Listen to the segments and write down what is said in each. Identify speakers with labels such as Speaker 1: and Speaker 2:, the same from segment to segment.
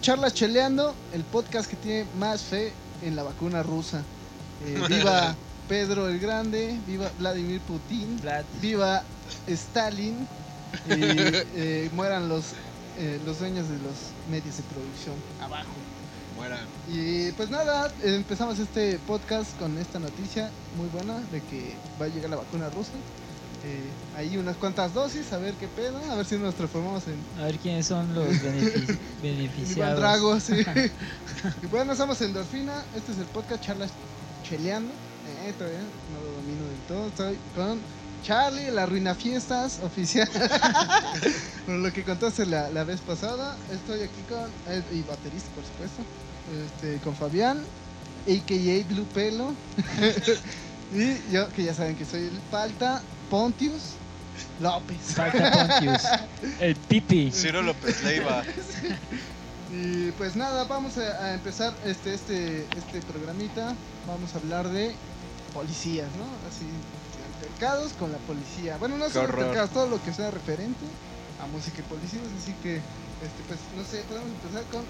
Speaker 1: Charlas Cheleando, el podcast que tiene más fe en la vacuna rusa. Eh, viva Pedro el Grande, viva Vladimir Putin,
Speaker 2: Vlad.
Speaker 1: viva Stalin y eh, mueran los, eh, los dueños de los medios de producción. Abajo.
Speaker 3: Muera.
Speaker 1: Y pues nada, eh, empezamos este podcast con esta noticia muy buena de que va a llegar la vacuna rusa. Eh, hay unas cuantas dosis, a ver qué pedo, a ver si nos transformamos en
Speaker 2: A ver quiénes son los benefici-
Speaker 1: Iván
Speaker 2: beneficiados.
Speaker 1: Drago, sí. y bueno, somos Endorfina, este es el podcast Charlas Cheleando. Eh, todavía no lo domino del todo, estoy con Charlie, la ruina fiestas oficial. Por lo que contaste la, la vez pasada, estoy aquí con, eh, y baterista por supuesto, este, con Fabián, a.k.a. Blue Pelo. y yo, que ya saben que soy el Palta, Pontius López.
Speaker 2: Falta Pontius. El Pipi.
Speaker 3: Ciro López Leiva.
Speaker 1: Y pues nada, vamos a, a empezar este, este, este programita. Vamos a hablar de policías, ¿no? Así, altercados con la policía. Bueno, no
Speaker 3: Qué
Speaker 1: solo
Speaker 3: horror.
Speaker 1: altercados, todo lo que sea referente a música y policías. Así que, este, pues no sé, podemos empezar con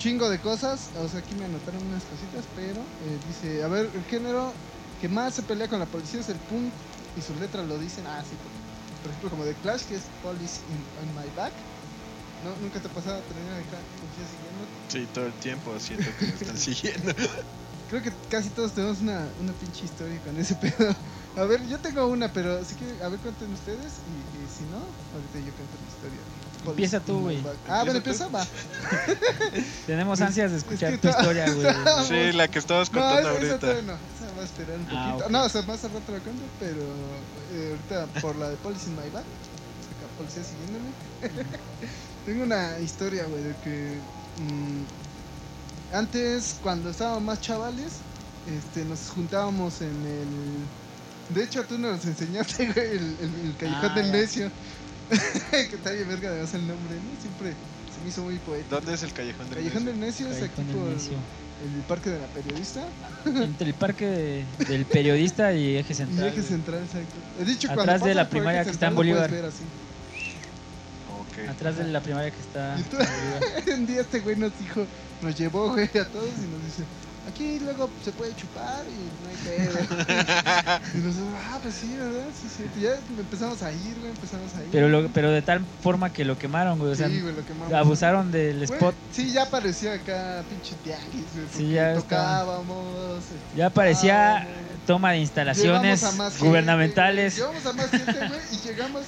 Speaker 1: chingo de cosas. O sea, aquí me anotaron unas cositas, pero eh, dice, a ver, el género que más se pelea con la policía es el punk y sus letras lo dicen así. por, por ejemplo, como de Clash, que es Police in, on My Back. No, nunca te pasaba tener acá policía siguiendo.
Speaker 3: Sí, todo el tiempo siento que me están siguiendo.
Speaker 1: Creo que casi todos tenemos una, una pinche historia con ese pedo. A ver, yo tengo una, pero así que a ver cuenten ustedes y, y si no, ahorita yo cuento mi historia.
Speaker 2: Empieza tú, güey.
Speaker 1: Ah, bueno, empieza,
Speaker 3: Empieza tú.
Speaker 1: va.
Speaker 2: Tenemos ansias de escuchar
Speaker 1: Es
Speaker 2: tu
Speaker 1: que está-
Speaker 2: historia, güey.
Speaker 1: está-
Speaker 3: Sí, la que estabas
Speaker 1: No,
Speaker 3: contando
Speaker 1: esa, esa
Speaker 3: ahorita.
Speaker 1: todavía no. Esa va a esperar un poquito.
Speaker 2: Ah, ok.
Speaker 1: No, o sea, más al rato la cuento, pero eh, ahorita por la de Policy in My Back, acá policía siguiéndome. Tengo una historia, güey, de que mm, antes, cuando estábamos más chavales, este, nos juntábamos en el... De hecho, tú nos enseñaste, güey, el, el- el callejón
Speaker 2: Ah,
Speaker 1: del
Speaker 2: ya.
Speaker 1: necio. que está bien verga de el nombre, ¿no? Siempre se me hizo muy poético.
Speaker 3: ¿Dónde es el callejón del
Speaker 1: Callejón
Speaker 3: Beso?
Speaker 1: del necio es
Speaker 2: Ahí
Speaker 1: aquí
Speaker 2: con el
Speaker 1: por
Speaker 2: necio.
Speaker 1: el parque de la periodista.
Speaker 2: Entre el parque de- del periodista y eje
Speaker 1: Y
Speaker 2: central.
Speaker 1: eje
Speaker 2: güey.
Speaker 1: central, exacto. He dicho,
Speaker 2: Atrás
Speaker 1: cuando
Speaker 2: de
Speaker 1: pasas
Speaker 2: la
Speaker 1: por
Speaker 2: primaria
Speaker 1: eje
Speaker 2: que está en
Speaker 1: central, lo puedes
Speaker 2: Bolívar.
Speaker 1: ver así.
Speaker 4: Ah.
Speaker 3: Ok.
Speaker 2: Atrás de la primaria que está.
Speaker 1: Y tú- un día este güey nos dijo, nos llevó, güey, a todos y nos dice, aquí luego se puede chupar y no hay pedo. y nosotros, ah, pues sí, ¿verdad? Sí, sí. Y ya empezamos a ir, güey, empezamos a ir.
Speaker 2: Pero, lo, pero de tal forma que lo quemaron, güey. O sea,
Speaker 1: sí, güey, lo quemamos.
Speaker 2: abusaron del
Speaker 1: Güey,
Speaker 2: spot.
Speaker 1: Sí, ya parecía acá pinche tianguis, güey, porque
Speaker 2: ya estaba.
Speaker 1: tocábamos. este,
Speaker 2: Ya parecía
Speaker 1: güey.
Speaker 2: toma de instalaciones
Speaker 1: Ah. Llevamos a más gente,
Speaker 2: gubernamentales.
Speaker 1: güey. Llevamos a más gente, güey, y llegamos,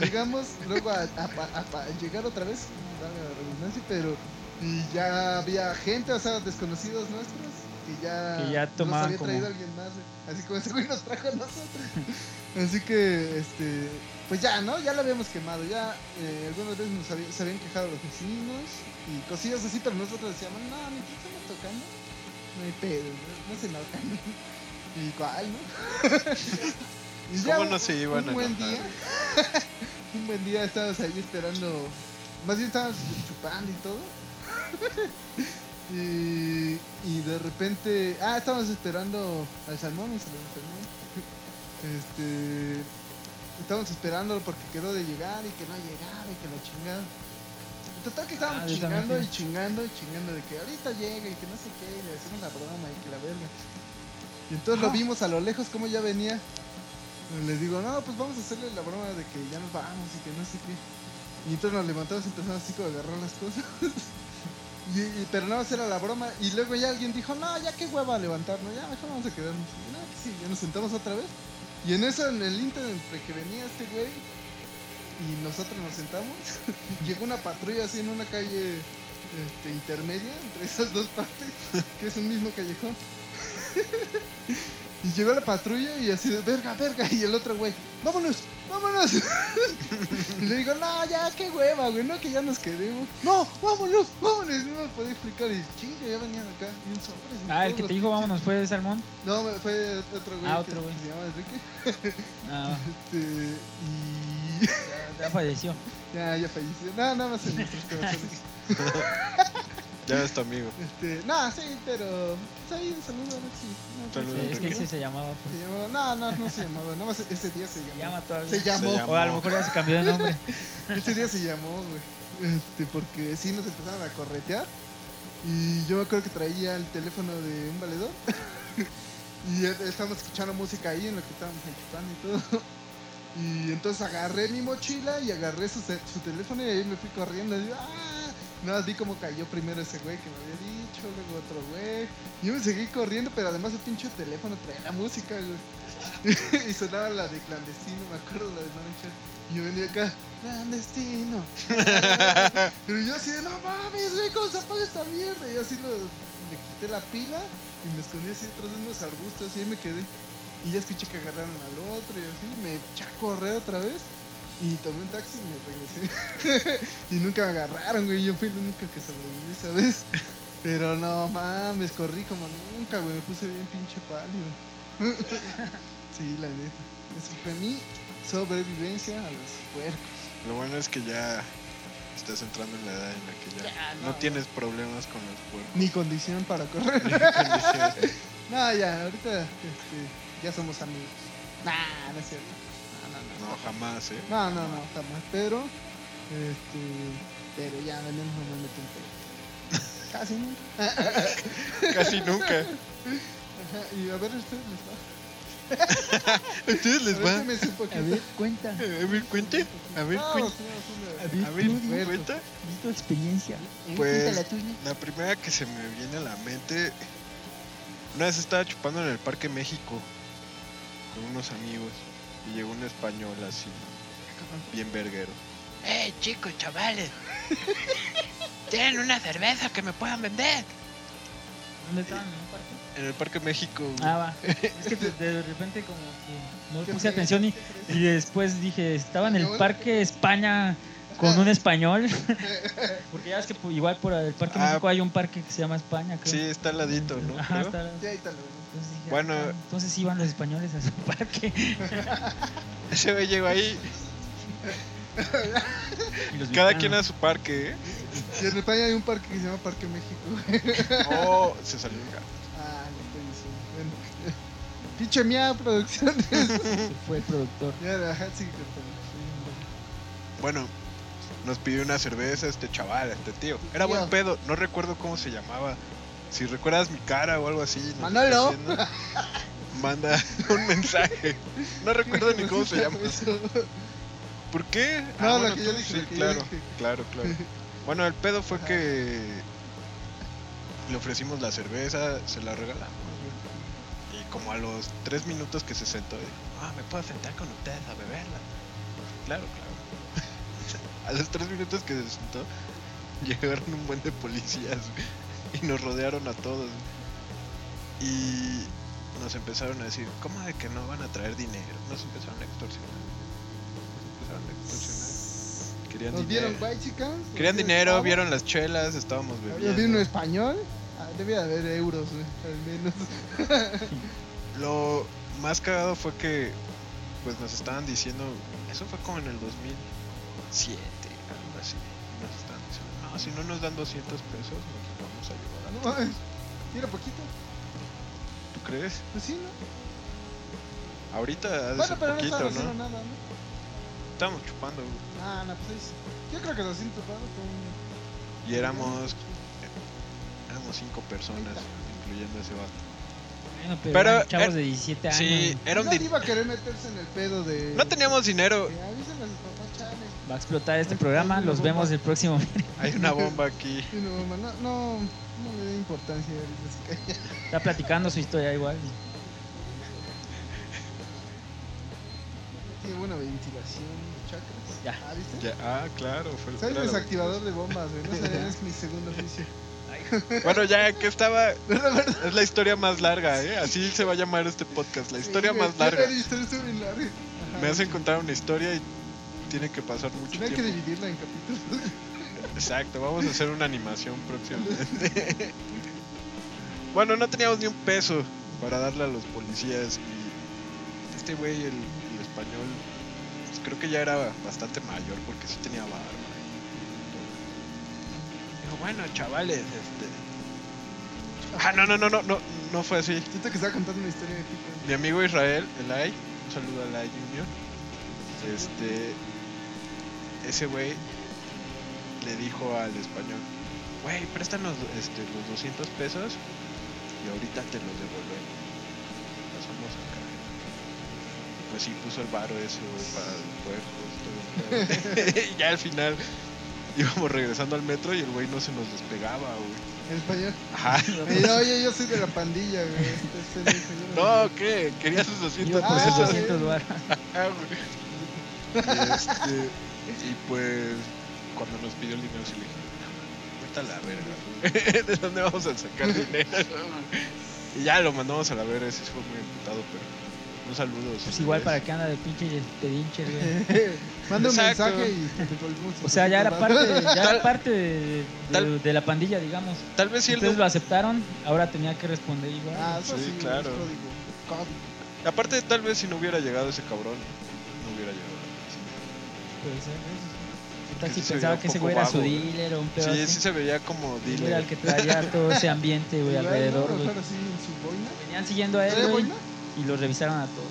Speaker 1: llegamos luego a, a pa- a pa- llegar otra vez, valga la redundancia, pero y ya había gente, o sea, desconocidos nuestros, que ya,
Speaker 2: Que ya
Speaker 1: nos
Speaker 2: tomaban
Speaker 1: había
Speaker 2: como-
Speaker 1: traído alguien más, güey. así como ese güey nos trajo a nosotros. Así que, este, pues ya, ¿no? Ya lo habíamos quemado, ya eh, algunas veces nos había- se habían quejado los vecinos y cosillas así, pero nosotros decíamos, no, ni qué estamos tocando, no hay pedo, no, no se enojan. Igual, ¿no? Y ya
Speaker 3: ¿Cómo no se iban a
Speaker 1: Un buen
Speaker 3: enojar?
Speaker 1: día. un buen día estabas ahí esperando. Más bien estabas chupando y todo. y, y de repente. Ah, estábamos esperando al salmón, al salmón. Este. Estábamos esperándolo porque quedó de llegar y que no llegaba y que la chingada. Total que estábamos
Speaker 2: Ah, yo también
Speaker 1: chingando
Speaker 2: fui.
Speaker 1: y chingando y chingando de que ahorita llega y que no sé qué, y le hacemos la broma y que la verga. Y entonces
Speaker 2: Ah.
Speaker 1: lo vimos a lo lejos como ya venía. Y Les digo, no, pues vamos a hacerle la broma de que ya nos vamos y que no sé qué. Y entonces nos levantamos y empezamos así como a agarrar las cosas. Y, y- pero no, esa era la broma. Y luego ya alguien dijo, no, ya qué hueva levantarnos, ya mejor vamos a quedarnos. Y, No, que sí, ya nos sentamos otra vez. Y en eso, en el inter entre que venía este güey y nosotros nos sentamos, llegó una patrulla así en una calle este, intermedia entre esas dos partes, que es un mismo callejón. Y llegó la patrulla y así de verga, verga. Y el otro güey, vámonos, vámonos. Y le digo, no, ya, qué hueva, güey, no, que ya nos quedemos. No, vámonos, vámonos. Y No me podía explicar. Y chinga, ya venían acá. Y un sobre.
Speaker 2: Ah, el que te dijo vámonos fue de Salmón.
Speaker 1: No, fue otro güey.
Speaker 2: Ah,
Speaker 1: que
Speaker 2: otro güey.
Speaker 1: Se llamaba Enrique.
Speaker 2: Ah,
Speaker 1: Este, y.
Speaker 2: ya falleció.
Speaker 1: Ya, ya falleció. No, nada más en nuestros corazones.
Speaker 3: Ya es tu amigo.
Speaker 1: Este, no, sí, pero. Pues ahí un saludo, Alexis. No,
Speaker 3: Saludos,
Speaker 2: Sí,
Speaker 1: pues,
Speaker 2: es que sí se llamaba. pues.
Speaker 1: se llamaba- No, no, no se llamaba. Nada más ese día se
Speaker 2: Se
Speaker 1: llamaba.
Speaker 2: llama todavía.
Speaker 1: Se llamó.
Speaker 3: Se llamó.
Speaker 2: O a lo mejor ya se cambió de nombre.
Speaker 1: Ese día se llamó, güey. Este, porque sí nos empezaron a corretear. Y yo me acuerdo que traía el teléfono de un valedor. y eh, estábamos escuchando música ahí en lo que estábamos equipando y todo. Y entonces agarré mi mochila y agarré su, ce- su teléfono y ahí me fui corriendo. Y, ¡ah! Nada, vi como cayó primero ese güey que me había dicho, luego otro güey. Yo me seguí corriendo, pero además el pinche teléfono traía la música, güey. y sonaba la de clandestino, me acuerdo, la de Manuel Y yo venía acá, clandestino. pero yo así de, no mames, güey, ¿cómo se apaga esta mierda? Y yo así lo, le quité la pila y me escondí así detrás de unos arbustos y ahí me quedé. Y ya escuché que agarraron al otro y así, me eché a correr otra vez. Y tomé un taxi y me regresé. y nunca me agarraron, güey. Yo fui el único que sobreviví esa vez. Pero no mames, corrí como nunca, güey. Me puse bien pinche pálido. sí, la neta. Eso fue mi sobrevivencia a los puercos.
Speaker 4: Lo bueno es que ya estás entrando en la edad en la que ya,
Speaker 1: Ya,
Speaker 4: no,
Speaker 1: no.
Speaker 4: tienes problemas con los puercos.
Speaker 1: Ni condición para correr.
Speaker 4: Felicidades.
Speaker 1: no, ya, ahorita este, ya somos amigos. Nah, no es cierto. No, no, no.
Speaker 4: no, jamás, ¿eh?
Speaker 1: No, no, no, jamás. Pero, este, pero ya al menos no me meto en pedo. Casi nunca.
Speaker 4: Casi nunca.
Speaker 1: Ajá, Y a ver, ustedes les va.
Speaker 4: ¿A ustedes les Pues va?
Speaker 1: Cuéntenme un poquito.
Speaker 2: A ver, cuenta.
Speaker 4: A ver, cuente. A ver,
Speaker 1: No,
Speaker 4: cuente.
Speaker 1: sí, no,
Speaker 2: A
Speaker 1: Eh, sí,
Speaker 2: ver,
Speaker 4: A ver,
Speaker 2: tú, di-
Speaker 4: cuenta.
Speaker 2: di tu experiencia.
Speaker 4: Pues-
Speaker 2: Cuenta la tuya.
Speaker 4: La primera que se me viene a la mente, una vez estaba chupando en el Parque México con unos amigos y llegó un español así, bien verguero.
Speaker 5: ¡Eh, chicos, chavales! ¿Tienen una cerveza que me puedan vender?
Speaker 2: ¿Dónde estaban? ¿En un parque?
Speaker 4: En el Parque México, güey.
Speaker 2: Ah, va. Es que de, de repente como que no
Speaker 1: no. ¿Qué
Speaker 2: puse
Speaker 1: crees?
Speaker 2: atención y,
Speaker 1: ¿Qué crees?
Speaker 2: y después dije, estaba en
Speaker 1: Yo-
Speaker 2: el Parque España con un español. Porque ya ves que pu- igual por el Parque
Speaker 4: Ah.
Speaker 2: México hay un parque que se llama España. creo.
Speaker 4: sí, está al ladito, ¿no?
Speaker 2: Ajá,
Speaker 4: Creo.
Speaker 2: está-
Speaker 1: Sí, ahí está lo
Speaker 2: entonces dije,
Speaker 4: Bueno.
Speaker 2: ah, entonces iban los españoles a su parque.
Speaker 4: Ese güey llegó ahí,
Speaker 2: y los
Speaker 4: cada
Speaker 2: viejaron.
Speaker 4: quien a su parque, ¿eh?
Speaker 1: Y en España hay un parque que se llama Parque México. güey.
Speaker 4: Oh, se salió un gato.
Speaker 1: Ah, lo estoy diciendo. Bueno. Pinche mía, producciones.
Speaker 2: Se fue el productor.
Speaker 1: ya, ajá, sí, cortame.
Speaker 4: Bueno, nos pidió una cerveza este chaval, este tío. Era buen
Speaker 1: Tío.
Speaker 4: pedo, no recuerdo cómo se llamaba. Si recuerdas mi cara o algo así. nos está
Speaker 1: Manolo.
Speaker 4: haciendo- Manda un mensaje. No recuerdo ni cómo se llama.
Speaker 1: Eso.
Speaker 4: ¿Por qué? Ah,
Speaker 1: No, lo que
Speaker 4: tú-
Speaker 1: yo dije,
Speaker 4: sí,
Speaker 1: lo que yo
Speaker 4: claro,
Speaker 1: dije.
Speaker 4: claro, claro. Bueno, el pedo fue
Speaker 1: Ajá.
Speaker 4: que le ofrecimos la cerveza, se la regalamos. güey. Y como a los tres minutos que se sentó, dijo, ah, me puedo sentar con ustedes a beberla. Pues, Claro, claro. a los tres minutos que se sentó, llegaron un buen de policías güey, y nos rodearon a todos. güey. Y nos empezaron a decir, ¿cómo de que no van a traer dinero? Nos empezaron a extorsionar. Nos empezaron a extorsionar. Querían
Speaker 1: ¿Nos
Speaker 4: dinero.
Speaker 1: vieron, guay, chicas? ¿Nos
Speaker 4: Querían
Speaker 1: vieron
Speaker 4: dinero,
Speaker 1: chavos?
Speaker 4: vieron las chelas, estábamos
Speaker 1: ¿Yo vi uno
Speaker 4: bebiendo.
Speaker 1: español? Ah, debe de haber euros, güey, al menos.
Speaker 4: Lo más cagado fue que pues nos estaban diciendo, eso fue como en el 2007, algo así. Nos estaban diciendo, no, si no nos dan 200 pesos, nos vamos a llevar a
Speaker 1: No mames. Mira poquito.
Speaker 4: ¿Tú crees?
Speaker 1: Pues sí, ¿no?
Speaker 4: Ahorita ha de
Speaker 1: Bueno,
Speaker 4: ser
Speaker 1: pero no
Speaker 4: poquito,
Speaker 1: estaba
Speaker 4: ¿no?
Speaker 1: haciendo nada, ¿no?
Speaker 4: Estábamos chupando güey,
Speaker 1: Ah, no, pues es- Yo creo que los siento raro con.
Speaker 4: y éramos, eh, éramos cinco personas, incluyendo a ese vato.
Speaker 2: Bueno, pero,
Speaker 4: Pero,
Speaker 2: eran chavos
Speaker 4: eh,
Speaker 2: de 17 años.
Speaker 4: Sí, era un
Speaker 1: Nadie
Speaker 4: din-
Speaker 1: iba a querer meterse en el pedo de.
Speaker 4: No teníamos dinero,
Speaker 1: Que avisen a sus papás, chale.
Speaker 2: Va a explotar este programa. Los vemos el próximo.
Speaker 4: hay una bomba aquí.
Speaker 1: Y no, mamá, no, no, no le da importancia ahorita. así que-
Speaker 2: Está platicando su historia igual.
Speaker 1: Tiene buena ventilación, chakras.
Speaker 2: Ya.
Speaker 1: Ah, ¿viste?
Speaker 4: Ya, ah, claro, fue el
Speaker 1: Soy
Speaker 4: era la-
Speaker 1: desactivador de bombas, güey. No sé, es mi segundo oficio.
Speaker 4: Bueno, ya que estaba. Es la historia más larga, ¿eh? Así se va a llamar este podcast. La historia
Speaker 1: Sí,
Speaker 4: más
Speaker 1: güey,
Speaker 4: larga.
Speaker 1: La historia está bien larga. Ajá.
Speaker 4: Me hacen contar una historia y tiene que pasar
Speaker 1: Sí,
Speaker 4: mucho
Speaker 1: no hay que
Speaker 4: tiempo.
Speaker 1: dividirla en capítulos.
Speaker 4: Exacto, vamos a hacer una animación próximamente. bueno, no teníamos ni un peso para darle a los policías. Y este güey, el, el español, pues, creo que ya era bastante mayor porque sí tenía barba. y todo. Dijo, bueno, chavales, este. Ah, no, no, no, no, no, no fue así.
Speaker 1: Siento que estaba contando una historia de
Speaker 4: Mi amigo Israel, el AI, un saludo al AI Junior. Este. Ese güey le dijo al español:
Speaker 3: güey, préstanos este, los 200 pesos y ahorita te los devolvemos. Pasamos acá. Y Pues sí, puso el varo ese, güey, para el puerco. y todo el pedo. y ya al final íbamos regresando al metro y el güey no se nos despegaba, güey.
Speaker 1: El español.
Speaker 3: Ajá.
Speaker 1: Mira, oye, yo soy de la pandilla, güey. Este, este, este, yo
Speaker 3: No, ¿qué? Querías sus 200
Speaker 2: Iba por
Speaker 1: Ah,
Speaker 2: sus
Speaker 1: güey.
Speaker 3: pesos.
Speaker 2: 200 bar.
Speaker 3: Ah, güey. Y, este, y pues, cuando nos pidió el dinero, sí le dije, "Vete a la verga. güey. ¿De dónde vamos a sacar dinero? y ya lo mandamos a la verga, ese fue muy emputado, pero un saludo.
Speaker 2: Pues
Speaker 3: si
Speaker 2: igual
Speaker 3: ves.
Speaker 2: para que anda de pinche y de hinche, güey.
Speaker 1: Manda un
Speaker 3: Exacto.
Speaker 1: mensaje y te devolvemos.
Speaker 2: O sea, ya era parte, de- ya
Speaker 3: Tal-
Speaker 2: era parte de, de,
Speaker 3: tal-
Speaker 2: de la pandilla, digamos.
Speaker 3: Tal vez sí el
Speaker 2: Ustedes
Speaker 3: dom-
Speaker 2: lo aceptaron, ahora tenía que responder igual.
Speaker 1: Ah, eso
Speaker 3: Sí,
Speaker 1: sí,
Speaker 3: claro.
Speaker 1: es código. Código.
Speaker 3: Aparte, tal vez si no hubiera llegado ese cabrón, no hubiera llegado.
Speaker 2: Puede ser, ¿no? Tal
Speaker 3: Que
Speaker 2: si
Speaker 3: sí se
Speaker 2: pensaba
Speaker 3: veía
Speaker 2: que ese
Speaker 3: un
Speaker 2: güey
Speaker 3: poco
Speaker 2: era su
Speaker 3: vago, güey.
Speaker 2: dealer o un pedo
Speaker 3: Sí,
Speaker 2: así.
Speaker 3: sí se veía como
Speaker 2: Era el
Speaker 3: dealer.
Speaker 2: que traía todo ese ambiente, güey,
Speaker 1: Igual, ¿no?
Speaker 2: alrededor,
Speaker 1: Mejor
Speaker 2: güey.
Speaker 1: así en su boina.
Speaker 2: Venían siguiendo a él,
Speaker 1: ¿Trae
Speaker 2: güey,
Speaker 1: boina?
Speaker 2: y los revisaron a todos.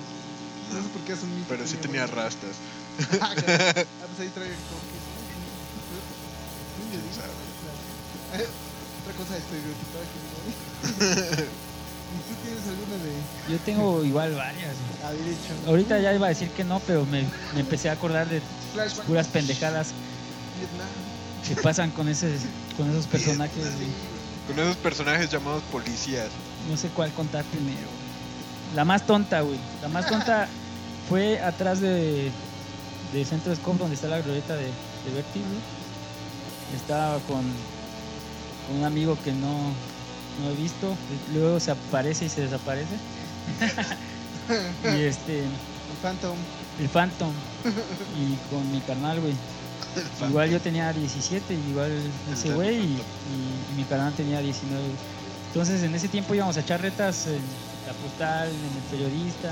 Speaker 1: No sé por qué es un mito.
Speaker 3: Pero sí tenía
Speaker 1: boina.
Speaker 3: rastas.
Speaker 1: Ah, claro. Ah, pues ahí trae el coque. Sí, yo digo,
Speaker 3: sabe.
Speaker 1: claro. Eh, Otra cosa este estereotipada que no hay. ¿Y tú tienes alguna de
Speaker 2: Yo tengo igual varias. güey.
Speaker 1: a derecha?
Speaker 2: Ahorita ya iba a decir que no, pero me, me empecé a acordar de
Speaker 1: Flashback.
Speaker 2: puras pendejadas
Speaker 1: Vietnam.
Speaker 2: que pasan con, ese, con esos personajes. güey.
Speaker 3: Con esos personajes llamados policías.
Speaker 2: No sé cuál contar primero. güey. La más tonta, güey. La más tonta fue atrás de, de Centro Scope, donde está la glorieta de, de Berti, güey. Estaba con, con un amigo que no, no he visto. Luego se aparece y se desaparece. Y este,
Speaker 1: El Phantom.
Speaker 2: el Phantom. Y con mi carnal, güey. Igual yo tenía 17, igual ese
Speaker 3: del
Speaker 2: güey, y,
Speaker 3: Phantom.
Speaker 2: y- y mi canal tenía 19. Entonces en ese tiempo íbamos a echar retas en la postal, en el periodista,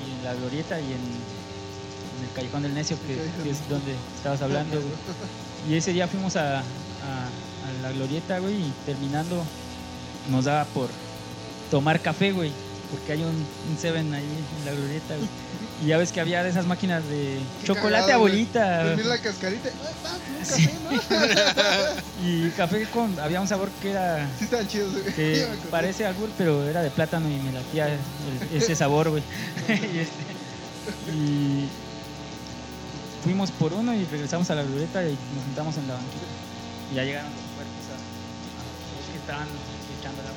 Speaker 2: y en la glorieta, y en, en el callejón del necio, que, que es donde estabas hablando. güey. Y ese día fuimos a, a- a la glorieta, güey, y terminando nos daba por tomar café, güey, porque hay un, un Seven ahí en la glorieta, güey. Y ya ves que había de esas máquinas de
Speaker 1: Qué
Speaker 2: chocolate
Speaker 1: cagado,
Speaker 2: a
Speaker 1: güey. Pues
Speaker 2: bolita.
Speaker 1: Dormir la cascarita. Ay, va, un
Speaker 2: Ah. Sí.
Speaker 1: café, ¿no?
Speaker 2: Y café con. Había un sabor que era.
Speaker 1: Sí, están chidos, güey.
Speaker 2: que
Speaker 1: Ya me acordé.
Speaker 2: parece algún pero era de plátano y me latía el- ese sabor, güey. y, este, y fuimos por uno y regresamos a la ruleta y nos sentamos en la banquita. Y ya llegaron los cuerpos a. a- los que estaban echando la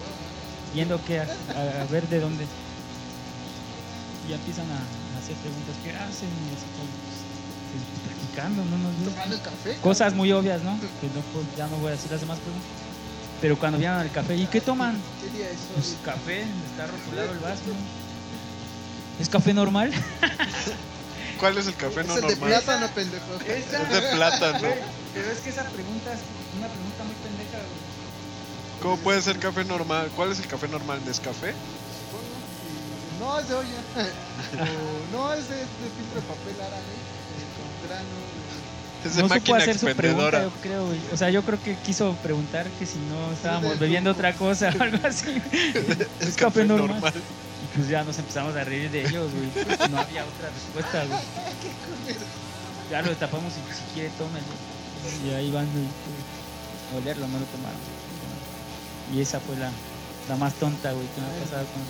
Speaker 2: Viendo que. A, a- a ver de dónde. Y ya empiezan a, a hacer preguntas. ¿Qué hacen? Y así como. pues, Platicando, no nos vemos
Speaker 1: Tomando café.
Speaker 2: cosas muy obvias, ¿no? Que no puedo- ya no voy a decir las demás preguntas. Pero cuando vieron el café, ¿y qué toman?
Speaker 1: ¿Qué día es hoy?
Speaker 2: Pues café, está rotulado el vaso. ¿Es café normal?
Speaker 3: ¿Cuál es el café no
Speaker 1: es el de
Speaker 3: normal? ¿Eh?
Speaker 1: plátano, pendejo.
Speaker 3: Es de plátano.
Speaker 2: pero es que esa pregunta es una pregunta muy pendeja,
Speaker 3: ¿Cómo puede ser café normal? ¿Cuál es el café normal? ¿Nescafé?
Speaker 1: Pongo y- No, es de olla. O, no, es de, de filtro de papel árabe. eh, Con grano.
Speaker 3: Es de
Speaker 2: no supo
Speaker 3: máquina
Speaker 2: hacer su pregunta,
Speaker 3: expendedora.
Speaker 2: yo creo, güey. O sea, yo creo que quiso preguntar que si no estábamos
Speaker 1: del
Speaker 2: bebiendo
Speaker 1: truco.
Speaker 2: otra cosa o algo así. es café normal. Y pues ya nos empezamos a reír de ellos, güey. Pues no había otra respuesta, güey. Ya lo destapamos y si quiere tómelo. Y ahí van güey, pues, a olerlo, no lo tomaron. Y esa fue la, la más tonta, güey, que me ha pasado con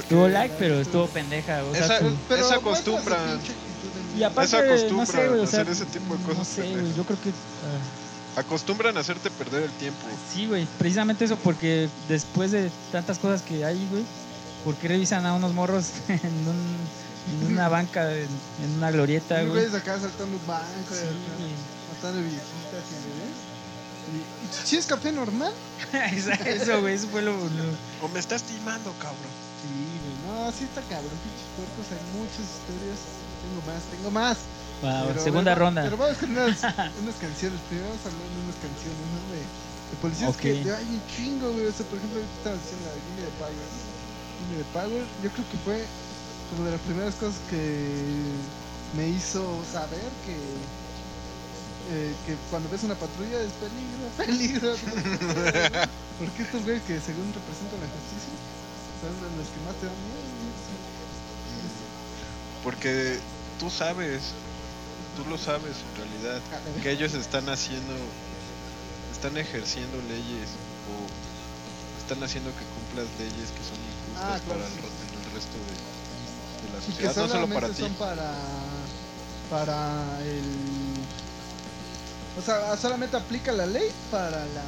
Speaker 2: Estuvo like, pero estuvo pendeja, o sea,
Speaker 3: Esa-
Speaker 2: su-
Speaker 1: Pero muestra
Speaker 3: Esa
Speaker 1: su
Speaker 3: acostumbra.
Speaker 1: pinche actitud de
Speaker 2: Y
Speaker 1: mierda.
Speaker 2: aparte,
Speaker 3: Esa
Speaker 2: no sé,
Speaker 3: acostumbran
Speaker 2: güey,
Speaker 3: a
Speaker 2: o sea,
Speaker 3: hacer ese tipo de
Speaker 2: no
Speaker 3: cosas
Speaker 2: sé, güey,
Speaker 3: pendejas.
Speaker 2: yo creo que... ah,
Speaker 3: Acostumbran a hacerte perder el tiempo.
Speaker 2: Sí, güey, precisamente eso, porque después de tantas cosas que hay, güey, ¿por qué revisan a unos morros en, un- en una banca, en, en una glorieta,
Speaker 1: Un
Speaker 2: güey?
Speaker 1: güey acá saltando un banco,
Speaker 2: Sí,
Speaker 1: acá, matando viejitas y bebés. Y, ¿Sí es café normal?
Speaker 2: güey. Esa- Eso, güey, eso fue lo... lo-
Speaker 3: O me estás timando, cabrón.
Speaker 1: Sí, güey. No, sí está cabrón, pinches cuerpos. Hay muchas historias. Tengo más, tengo más.
Speaker 2: Va,
Speaker 1: Pero,
Speaker 2: Ah, segunda
Speaker 1: bueno,
Speaker 2: ronda.
Speaker 1: Pero vamos con unas, unas canciones. Primero vamos a hablar de unas canciones, ¿no? De, de policías
Speaker 2: Ok.
Speaker 1: que hay un chingo, güey. O sea, por ejemplo, ahorita estaba diciendo la de Gimme the Power. ¿no? Gimme the Power, yo creo que fue como de las primeras cosas que me hizo saber que. eh, que cuando ves una patrulla es peligro, peligro. peligro. Porque estos güeyes que según representan la justicia son de los que más te dan miedo. ¿no?
Speaker 3: Porque tú sabes, tú lo sabes en realidad, que ellos están haciendo, están ejerciendo leyes o están haciendo que cumplas leyes que son injustas
Speaker 1: Ah, claro,
Speaker 3: para el,
Speaker 1: sí.
Speaker 3: ro- el resto de, de la
Speaker 1: Y que
Speaker 3: sociedad, no solo
Speaker 1: solamente
Speaker 3: para ti.
Speaker 1: son para. Para el. O sea, solamente aplica la ley para la.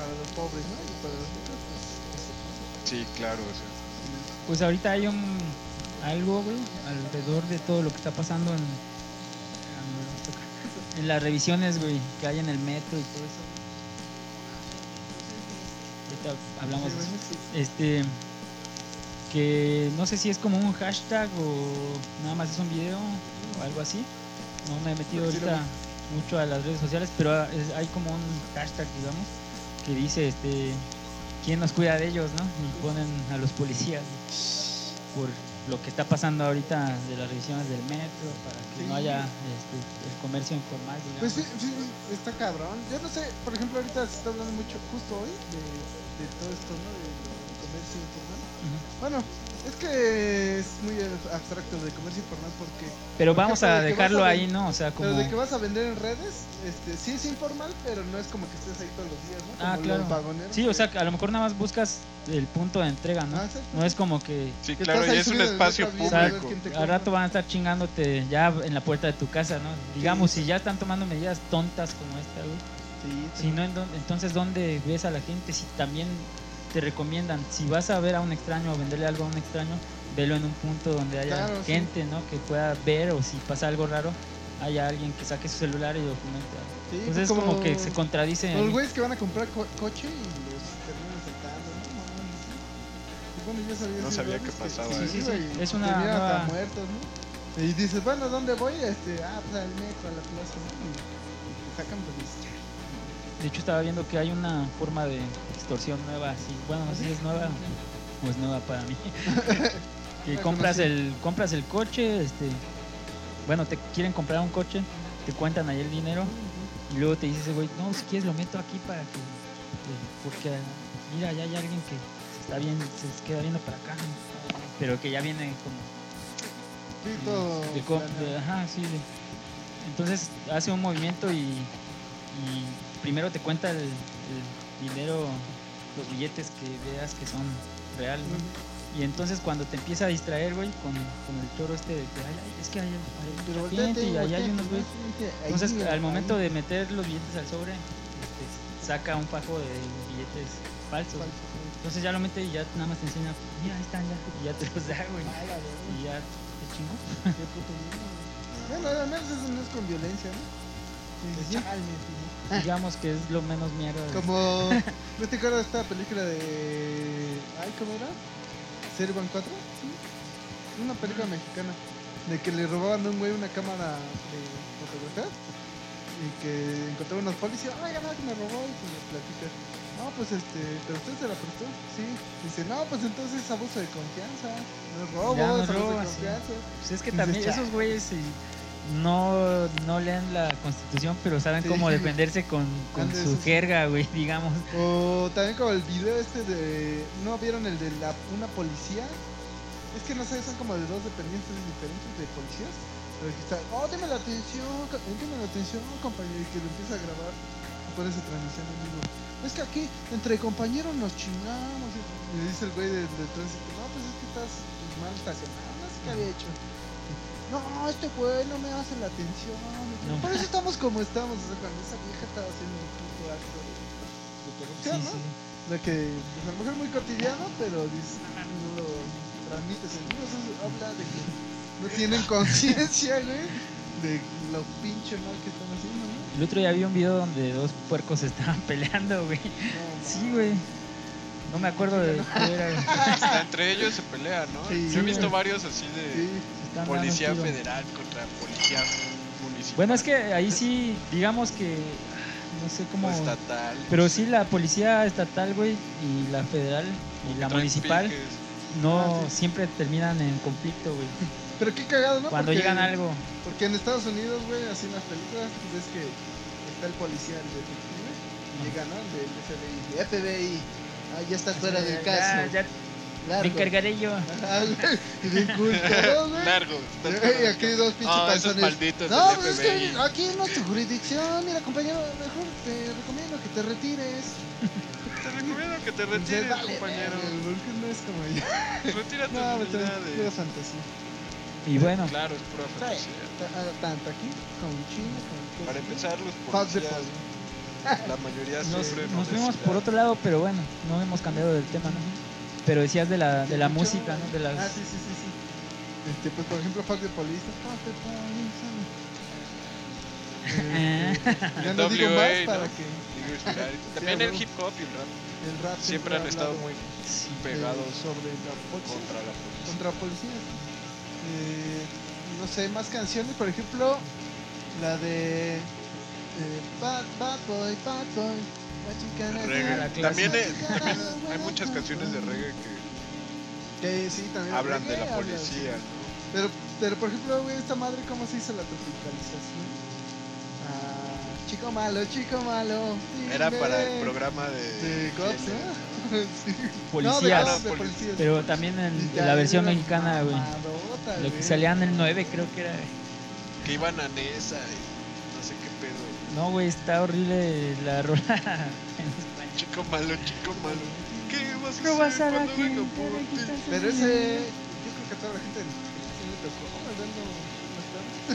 Speaker 1: Para los pobres, ¿no? Y para los ricos, pues.
Speaker 3: Sí, claro, o sea,
Speaker 2: Pues ahorita hay un algo, güey, alrededor de todo lo que está pasando en, en las revisiones, güey, que hay en el metro y todo eso. Ahorita hablamos de eso. Este que no sé si es como un hashtag o nada más es un video o algo así. No me he metido
Speaker 1: Sí, lo
Speaker 2: ahorita mucho a las redes sociales, pero ah, es- hay como un hashtag, digamos, que dice este quién nos cuida de ellos, ¿no? Y ponen a los policías por lo que está pasando ahorita de las revisiones del metro para que
Speaker 1: Sí.
Speaker 2: no haya este, el comercio informal, digamos.
Speaker 1: Pues sí, sí, está cabrón. Yo no sé, por ejemplo, ahorita se está hablando mucho, justo hoy, de, de todo esto, ¿no? Del comercio informal.
Speaker 2: Ujú.
Speaker 1: Bueno, es que es muy abstracto de comercio informal porque
Speaker 2: Pero
Speaker 1: por
Speaker 2: vamos
Speaker 1: ejemplo,
Speaker 2: a
Speaker 1: de que vas a
Speaker 2: dejarlo
Speaker 1: ven-
Speaker 2: ahí, ¿no? O sea, como
Speaker 1: Pero de que vas a vender en redes, este, sí es informal, pero no es como que estés ahí todos los días, ¿no? Como
Speaker 2: Ah, claro.
Speaker 1: los vagoneros
Speaker 2: Sí, o
Speaker 1: que-
Speaker 2: sea, que a lo mejor nada más buscas el punto de entrega, ¿no?
Speaker 1: Ah, exacto.
Speaker 2: No es como que
Speaker 3: sí,
Speaker 1: que
Speaker 3: claro,
Speaker 1: estás
Speaker 3: y
Speaker 1: ahí
Speaker 3: es un
Speaker 1: subido en el
Speaker 3: espacio
Speaker 1: metro viendo a ver
Speaker 3: público.
Speaker 1: quién te
Speaker 2: al
Speaker 1: compra.
Speaker 2: rato van a estar chingándote ya en la puerta de tu casa, ¿no? Digamos, si ya están tomando medidas tontas como esta, güey.
Speaker 1: Sí,
Speaker 2: Si no, ¿en dónde- entonces, ¿dónde ves a la gente? Si también te recomiendan, si vas a ver a un extraño o venderle algo a un extraño, velo en un punto donde haya
Speaker 1: Claro, sí.
Speaker 2: gente, ¿no? Que pueda ver o si pasa algo raro, haya alguien que saque su celular y documente. algo.
Speaker 1: sí, pues
Speaker 2: Entonces pues es como que se contradice.
Speaker 1: Los
Speaker 2: ahí.
Speaker 1: güeyes que van a comprar co- coche y los terminan sentando, ¿no? Mames, sí. Y Bueno, yo sabía
Speaker 3: No
Speaker 1: esos
Speaker 3: sabía
Speaker 1: datos
Speaker 3: que pasaba
Speaker 1: sí,
Speaker 2: eso.
Speaker 1: güey,
Speaker 2: Sí, sí, sí. Es
Speaker 1: que
Speaker 2: una
Speaker 1: vieron hasta
Speaker 2: nueva-
Speaker 1: muertos, ¿no? Y dices, bueno, ¿dónde voy? Este, ah, pues al metro, a la plaza, ¿no? Y, y te sacan pues,
Speaker 2: De hecho estaba viendo que hay una forma de extorsión nueva, así, bueno, no sé si es nueva o es nueva para mí. que
Speaker 1: Bueno,
Speaker 2: compras
Speaker 1: sí.
Speaker 2: el compras el coche, este bueno, te quieren comprar un coche, te cuentan ahí el dinero y luego te dice ese güey, "No, si quieres lo meto aquí para que que- porque mira, ya hay alguien que se está bien se queda viendo para acá." ¿no? Pero que ya viene como
Speaker 1: sí, todo
Speaker 2: de co-
Speaker 1: planeado.
Speaker 2: de- ajá, sí, de- Entonces hace un movimiento y, y primero te cuenta el, el dinero, los billetes que veas que son reales. ¿no? Y entonces cuando te empieza a distraer, güey, con, con el choro este de que "Ay, ay, es que hay, hay
Speaker 1: Pero
Speaker 2: mucha
Speaker 1: volteate,
Speaker 2: gente y allá hay
Speaker 1: volteate,
Speaker 2: unos güeyes.
Speaker 1: ¿no? Sí, ahí,
Speaker 2: Entonces
Speaker 1: mira,
Speaker 2: al momento
Speaker 1: ahí,
Speaker 2: de meter los billetes al sobre, este, saca un fajo de billetes falsos.
Speaker 1: falso,
Speaker 2: Entonces ya lo mete y ya nada más te enseña, mira, ahí están ya, y ya te los da,
Speaker 1: sí.
Speaker 2: güey.
Speaker 1: Ah, la verga.
Speaker 2: Y ya te chingo.
Speaker 1: Qué puto miedo. Bueno, al menos eso no es con violencia, ¿no?
Speaker 2: Pues
Speaker 1: Sí,
Speaker 2: sí.
Speaker 1: chale, sí.
Speaker 2: digamos que es lo menos mierda. de-
Speaker 1: Como. ¿No te acuerdas de esta película de. Ay, ¿cómo era? ¿Servan 4? Sí. Una película mexicana. De que le robaban a un güey una cámara de fotografía. Y que encontraba unos policías. Ay, no, que me robó. Y se le platica. No, pues este. Pero usted se la prestó. Sí. Dice, no, pues entonces es abuso de confianza. No es robo,
Speaker 2: Ya no
Speaker 1: es abuso
Speaker 2: robo,
Speaker 1: de
Speaker 2: sí.
Speaker 1: confianza.
Speaker 2: Pues es que
Speaker 1: Dices,
Speaker 2: también
Speaker 1: "Chale".
Speaker 2: esos güeyes sí, no, no leen la constitución, pero saben
Speaker 1: Sí.
Speaker 2: cómo defenderse con, con
Speaker 1: Ándale,
Speaker 2: su
Speaker 1: sí, sí.
Speaker 2: jerga, güey, digamos.
Speaker 1: O también como el video este de. ¿No vieron el de la, una policía? Es que no sé, son como de dos dependientes diferentes de policías. Pero que está, oh, deme la atención, ca- eh, deme la atención, compañero, y que lo empieza a grabar. Y pone su transmisión en vivo. Es que aquí, entre compañeros nos chingamos. Y y le dice el güey del del tránsito, no, pues es que estás mal estacionado, no sé qué había hecho. No, este güey no me hace la atención.
Speaker 2: No.
Speaker 1: Por eso estamos como estamos, o sea, cuando esa vieja estaba haciendo un puto acto de, de
Speaker 2: Sí,
Speaker 1: corrupción, ¿no?
Speaker 2: sí.
Speaker 1: Lo que pues, a lo mejor es muy cotidiano, pero dices, "Ah, no lo transmites. Entonces habla de que no tienen conciencia, güey, de lo pinche mal que están haciendo, ¿no?
Speaker 2: El otro día vi un video donde dos puercos se estaban peleando, güey.
Speaker 1: No,
Speaker 2: Sí, güey. No me acuerdo de qué era, güey.
Speaker 3: Hasta entre ellos se pelean, ¿no?
Speaker 1: Sí.
Speaker 3: Yo he visto varios así de
Speaker 1: sí.
Speaker 2: Se estaban dando un
Speaker 3: policía
Speaker 2: tiro.
Speaker 3: federal contra policía municipal.
Speaker 2: Bueno, es que ahí sí, digamos que. ah, No sé
Speaker 3: o
Speaker 2: cómo.
Speaker 3: estatal.
Speaker 2: Pero sí, la policía estatal, güey, y la federal y la
Speaker 3: traen
Speaker 2: municipal,
Speaker 3: piques.
Speaker 2: no
Speaker 1: Ah, sí.
Speaker 2: siempre terminan en conflicto, güey.
Speaker 1: Pero qué cagado, ¿no?
Speaker 2: Cuando
Speaker 1: Porque-
Speaker 2: llegan a algo.
Speaker 1: Porque en Estados Unidos, güey, así en las películas, pues, ves que está el policía, el detective, y llega, ¿no? El del FBI, FBI, ah, ya está fuera del
Speaker 2: Ya-
Speaker 1: caso.
Speaker 2: Ya, Me
Speaker 1: Largo.
Speaker 2: encargaré yo.
Speaker 1: Ajá, güey. Y bien culero, güey.
Speaker 3: Largo.
Speaker 1: Y Eh, aquí dos pinches
Speaker 3: Ah, esos
Speaker 1: panzones.
Speaker 3: malditos
Speaker 1: No,
Speaker 3: del
Speaker 1: pues es
Speaker 3: FBI.
Speaker 1: que aquí no es tu jurisdicción. Mira, compañero, mejor te recomiendo que te retires.
Speaker 3: Te recomiendo que te
Speaker 1: Dices,
Speaker 3: retires,
Speaker 1: "Vale,
Speaker 3: compañero.
Speaker 1: verga, porque no es como yo.
Speaker 3: Retírate
Speaker 1: No, me
Speaker 3: de la
Speaker 1: trae pura
Speaker 3: de...
Speaker 1: fantasía.
Speaker 2: Y bueno,
Speaker 3: Claro, es pura
Speaker 1: Trae
Speaker 3: fantasía.
Speaker 1: ta- tanto aquí como en China, como en
Speaker 3: Para empezar, los
Speaker 1: Faz de
Speaker 3: policías, la mayoría
Speaker 2: nos,
Speaker 3: sufren
Speaker 2: nos fuimos
Speaker 3: obesidad.
Speaker 2: por otro lado, pero bueno, no hemos cambiado del tema, ¿no? Pero decías de la, de la
Speaker 1: Escuchó,
Speaker 2: música, ¿no? De las...
Speaker 1: Ah, sí, sí, sí, sí. Este, pues por ejemplo, Fuck the Police. ¿no? Fuck the Police. ¿no? Eh, ya no digo más
Speaker 3: WA,
Speaker 1: para
Speaker 3: ¿no?
Speaker 1: que
Speaker 3: Digo, esperar. También
Speaker 1: a
Speaker 3: el
Speaker 1: huevo.
Speaker 3: hip hop y el rap
Speaker 1: el rap
Speaker 3: siempre han estado muy
Speaker 2: Sí.
Speaker 3: pegados
Speaker 1: pegados sobre la policía.
Speaker 3: contra la policía.
Speaker 1: Contra policías. Eh, no sé, más canciones, por ejemplo, la de eh, Bad, Bad Boy, Bad Boy. what you gonna do,
Speaker 3: Reggae.
Speaker 2: Ah, la clásica.
Speaker 3: También, eh,
Speaker 1: what you
Speaker 3: también
Speaker 1: gonna do,
Speaker 3: hay muchas
Speaker 1: what you
Speaker 3: canciones de
Speaker 1: gonna do.
Speaker 3: reggae que
Speaker 1: Que sí, también
Speaker 3: hablan de
Speaker 1: reggae,
Speaker 3: la
Speaker 1: hablan,
Speaker 3: policía.
Speaker 1: sí. Pero, pero por ejemplo, güey, esta madre, ¿cómo se hizo la tropicalización? Ah, chico malo, chico malo.
Speaker 3: ¿no? Era
Speaker 1: dime.
Speaker 3: para el programa de...
Speaker 1: De cops,
Speaker 3: ¿quién
Speaker 1: ¿no?
Speaker 3: era?
Speaker 1: Sí. No, de
Speaker 2: Policías.
Speaker 1: cops, de
Speaker 3: Policías.
Speaker 1: policías.
Speaker 2: Pero también en,
Speaker 1: Y
Speaker 2: en
Speaker 1: ya
Speaker 2: la versión
Speaker 1: era
Speaker 2: mexicana, güey.
Speaker 1: mamadota,
Speaker 2: Lo que
Speaker 1: güey.
Speaker 2: salía en el 9 creo que era...
Speaker 3: Que iban a Nesa y no sé qué pedo.
Speaker 2: No, güey, está horrible la rola.
Speaker 3: Chico malo, chico malo. ¿Qué vas a
Speaker 2: No vas
Speaker 3: hacer
Speaker 2: a la
Speaker 3: cuando venga
Speaker 2: gente,
Speaker 3: por ti?
Speaker 2: registrarse.
Speaker 1: Pero ese, yo creo que a toda la gente sí le tocó,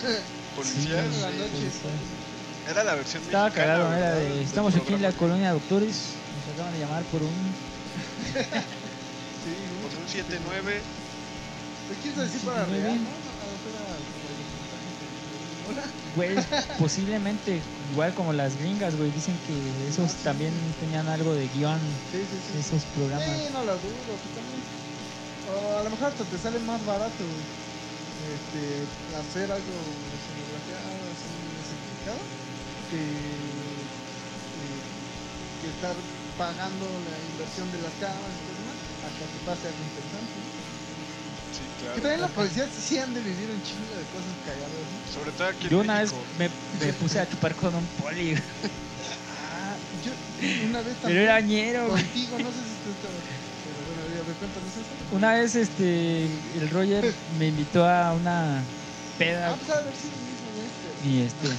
Speaker 1: ¿verdad? No,
Speaker 3: Policías.
Speaker 1: no,
Speaker 2: Sí,
Speaker 1: la noche.
Speaker 2: policía.
Speaker 3: Era la versión
Speaker 2: Estaba
Speaker 3: mexicana,
Speaker 2: cagado, era
Speaker 3: ¿verdad?
Speaker 2: de...
Speaker 3: Del
Speaker 2: Estamos aquí en la
Speaker 3: programa.
Speaker 2: colonia de doctores. Nos acaban de llamar por un...
Speaker 1: Sí,
Speaker 3: Pues
Speaker 1: mucho.
Speaker 3: un 7-9.
Speaker 1: ¿Te quieres decir para
Speaker 2: Sí, muy
Speaker 1: real,
Speaker 2: bien.
Speaker 1: no? No, no, no, era como el- Hola.
Speaker 2: Güey, posiblemente, igual como las gringas, güey, dicen que esos también tenían algo de guión,
Speaker 1: Sí, sí, sí.
Speaker 2: esos
Speaker 1: Sí,
Speaker 2: programas.
Speaker 1: no lo dudo, pues también. O a lo mejor hasta te sale más barato este, hacer algo escenografiado, así, simplificado, que, eh, que estar pagando la inversión de las cámaras y todo lo demás, hasta que pase algo interesante. ¿no?
Speaker 3: Sí,
Speaker 1: Que
Speaker 3: claro.
Speaker 1: también la policía sí han de vivir un chingo de cosas cagadas, ¿no?
Speaker 3: Sobre todo aquí en
Speaker 2: Yo una vez
Speaker 3: México.
Speaker 2: me, me puse a chupar con un poli, güey,
Speaker 1: Ah, yo una vez
Speaker 2: pero
Speaker 1: también
Speaker 2: era ñero, güey.
Speaker 1: contigo, no sé si tú estabas, pero bueno, a ver, cuéntanos eso.
Speaker 2: Una vez, este, el Roger me invitó a una
Speaker 1: Ah,
Speaker 2: peda
Speaker 1: pues a ver si es lo mismo, güey, pero-
Speaker 2: y este...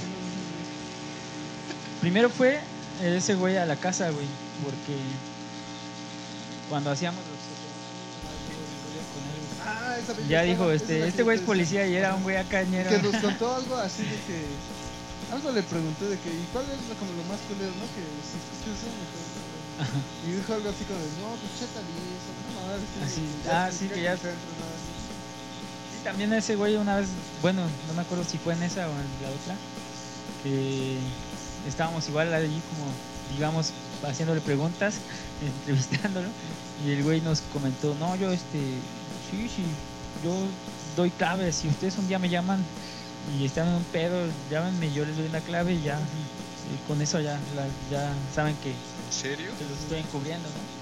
Speaker 2: Primero fue ese güey a la casa, güey, porque cuando hacíamos los...
Speaker 1: Ah, esa vez
Speaker 2: Ya
Speaker 1: yo
Speaker 2: dijo,
Speaker 1: estaba- esa es
Speaker 2: este,
Speaker 1: la
Speaker 2: este
Speaker 1: que
Speaker 2: güey es
Speaker 1: yo te
Speaker 2: policía y era un güey acá
Speaker 1: decía.
Speaker 2: ñero.
Speaker 1: Que nos contó algo así de que. Algo le pregunté de que. ¿Y cuál es lo- como lo más culero, no? Que si si usan y todo eso, ¿no?
Speaker 2: Ajá.
Speaker 1: Y dijo algo así como de, no, pues chata eso, no mames. sí,
Speaker 2: Así,
Speaker 1: ya
Speaker 2: ah,
Speaker 1: se
Speaker 2: sí,
Speaker 1: pica
Speaker 2: que
Speaker 1: el
Speaker 2: ya-
Speaker 1: centro, nada más".
Speaker 2: Sí, también ese güey una vez, bueno, no me acuerdo si fue en esa o en la otra, que estábamos igual ahí como, digamos, haciéndole preguntas, entrevistándolo, y el güey nos comentó, no, yo este, sí, sí, yo doy claves, si ustedes un día me llaman y están en un pedo, llámenme, yo les doy la clave y ya, y con eso ya, la- ya saben que
Speaker 3: ¿En serio?
Speaker 2: que los estoy encubriendo, ¿no?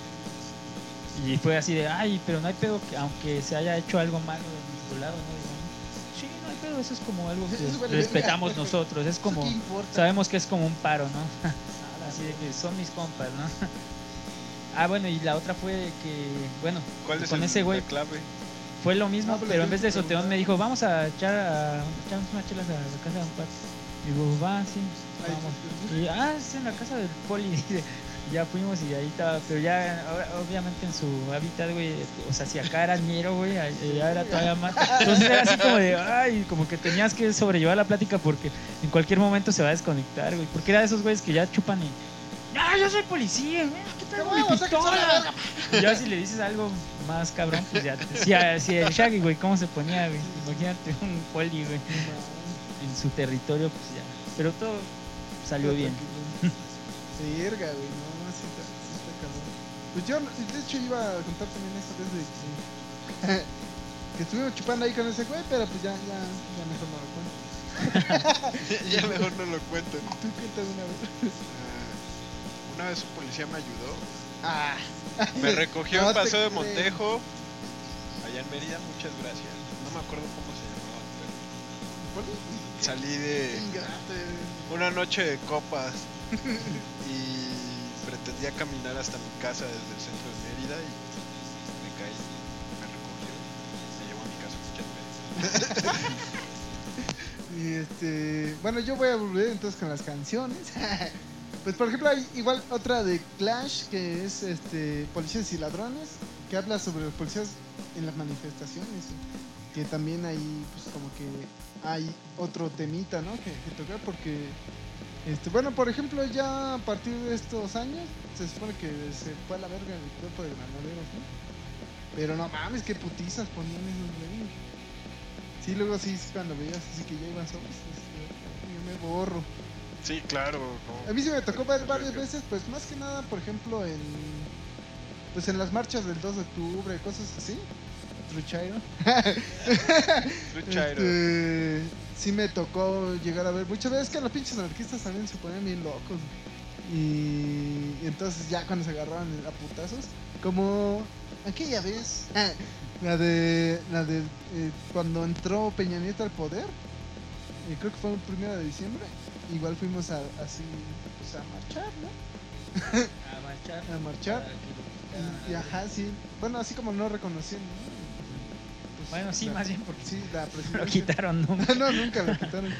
Speaker 2: Y fue así de, ay, pero no hay pedo, que, aunque se haya hecho algo malo de nuestro lado, ¿no? Digamos, sí, no hay pedo, eso es como algo
Speaker 1: Eso es
Speaker 2: que
Speaker 1: buena
Speaker 2: respetamos
Speaker 1: verga.
Speaker 2: nosotros, es como,
Speaker 1: ¿Qué importa?
Speaker 2: sabemos que es como un paro, ¿no? Así de que son mis compas, ¿no? Ah, bueno, y la otra fue de que, bueno,
Speaker 3: ¿Cuál es
Speaker 2: Con
Speaker 3: el-
Speaker 2: ese güey.
Speaker 3: la clave?
Speaker 2: fue lo mismo,
Speaker 1: Ah, pues le
Speaker 2: pero en
Speaker 1: tienes
Speaker 2: vez de
Speaker 1: que
Speaker 2: soteón
Speaker 1: preguntar.
Speaker 2: me dijo, vamos a echar a, echarnos unas chelas a la casa de un par. Y digo, va, sí,
Speaker 1: Ay,
Speaker 2: vamos.
Speaker 1: pues,
Speaker 2: Y, ah, es en la casa del poli. dice. ya fuimos y ahí estaba, pero ya ahora, obviamente en su hábitat, güey, este, o sea, si acá era ñero, güey, a- ya era todavía más. Entonces era así como de, ay, como que tenías que sobrellevar la plática porque en cualquier momento se va a desconectar, güey. Porque era de esos güeyes que ya chupan y, ah, yo soy policía, güey, ¿qué
Speaker 1: "Te
Speaker 2: tal,
Speaker 1: voy a
Speaker 2: güey?
Speaker 1: botar que soy la verga".
Speaker 2: Y ya si le dices algo más cabrón, pues ya, te- si, a- si el Shaggy, güey, ¿cómo se ponía, güey? Imagínate un poli, güey, en su territorio, pues ya. Pero todo salió bien.
Speaker 1: Verga, güey, no, sí está, sí está cabrón. Pues yo, de hecho, iba a contar también esta vez de que, que estuvimos chupando ahí con ese güey, pero pues ya, ya, ya mejor no lo cuento.
Speaker 3: ya mejor no lo cuento.
Speaker 1: ¿Tú cuentas una vez?
Speaker 3: Ah, Una vez un policía me ayudó.
Speaker 1: Ah,
Speaker 3: Me recogió
Speaker 1: No
Speaker 3: en
Speaker 1: te
Speaker 3: Paseo de
Speaker 1: creo.
Speaker 3: Montejo. Allá en Mérida, muchas gracias. No me acuerdo cómo se llamaba. pero
Speaker 1: ¿Poli?
Speaker 3: Salí de
Speaker 1: Ingrato,
Speaker 3: una noche de copas y pretendía caminar hasta mi casa desde el centro de Mérida y me caí, me recogió y me llevó a mi casa muchas veces.
Speaker 1: Y este, bueno, yo voy a volver entonces con las canciones. pues por ejemplo, hay igual otra de Clash que es este Policías y Ladrones, que habla sobre los policías en las manifestaciones. Que también ahí pues como que hay otro temita, ¿no? Que, que tocar porque este, bueno, por ejemplo, ya a partir de estos años se supone que se fue a la verga el cuerpo de ganaderos, ¿no? Pero no mames, qué putizas ponían esos güeyes. Sí, luego sí, cuando veías así que ya iban solos, este, yo me borro.
Speaker 3: Sí, claro. no.
Speaker 1: A mí sí me tocó ver varias veces, pues más que nada, por ejemplo, en pues en las marchas del 2 de octubre, cosas así. Truchairo.
Speaker 3: Luchairo.
Speaker 1: Este, sí me tocó llegar a ver muchas veces que los pinches anarquistas también se ponían bien locos. Y, y entonces ya cuando se agarraban a putazos, como aquella vez, la de, la de eh, cuando entró Peña Nieto al poder, eh, creo que fue el primero de diciembre, igual fuimos a, así pues, a marchar, ¿no?
Speaker 2: A marchar.
Speaker 1: A marchar.
Speaker 2: Ah,
Speaker 1: Y, y ajá, sí. Bueno, así como no reconociendo, ¿no? Pues,
Speaker 2: Bueno, sí,
Speaker 1: la-
Speaker 2: más bien porque
Speaker 1: Sí, la
Speaker 2: lo
Speaker 1: presidencia.
Speaker 2: quitaron, ¿no?
Speaker 1: no, nunca la quitaron.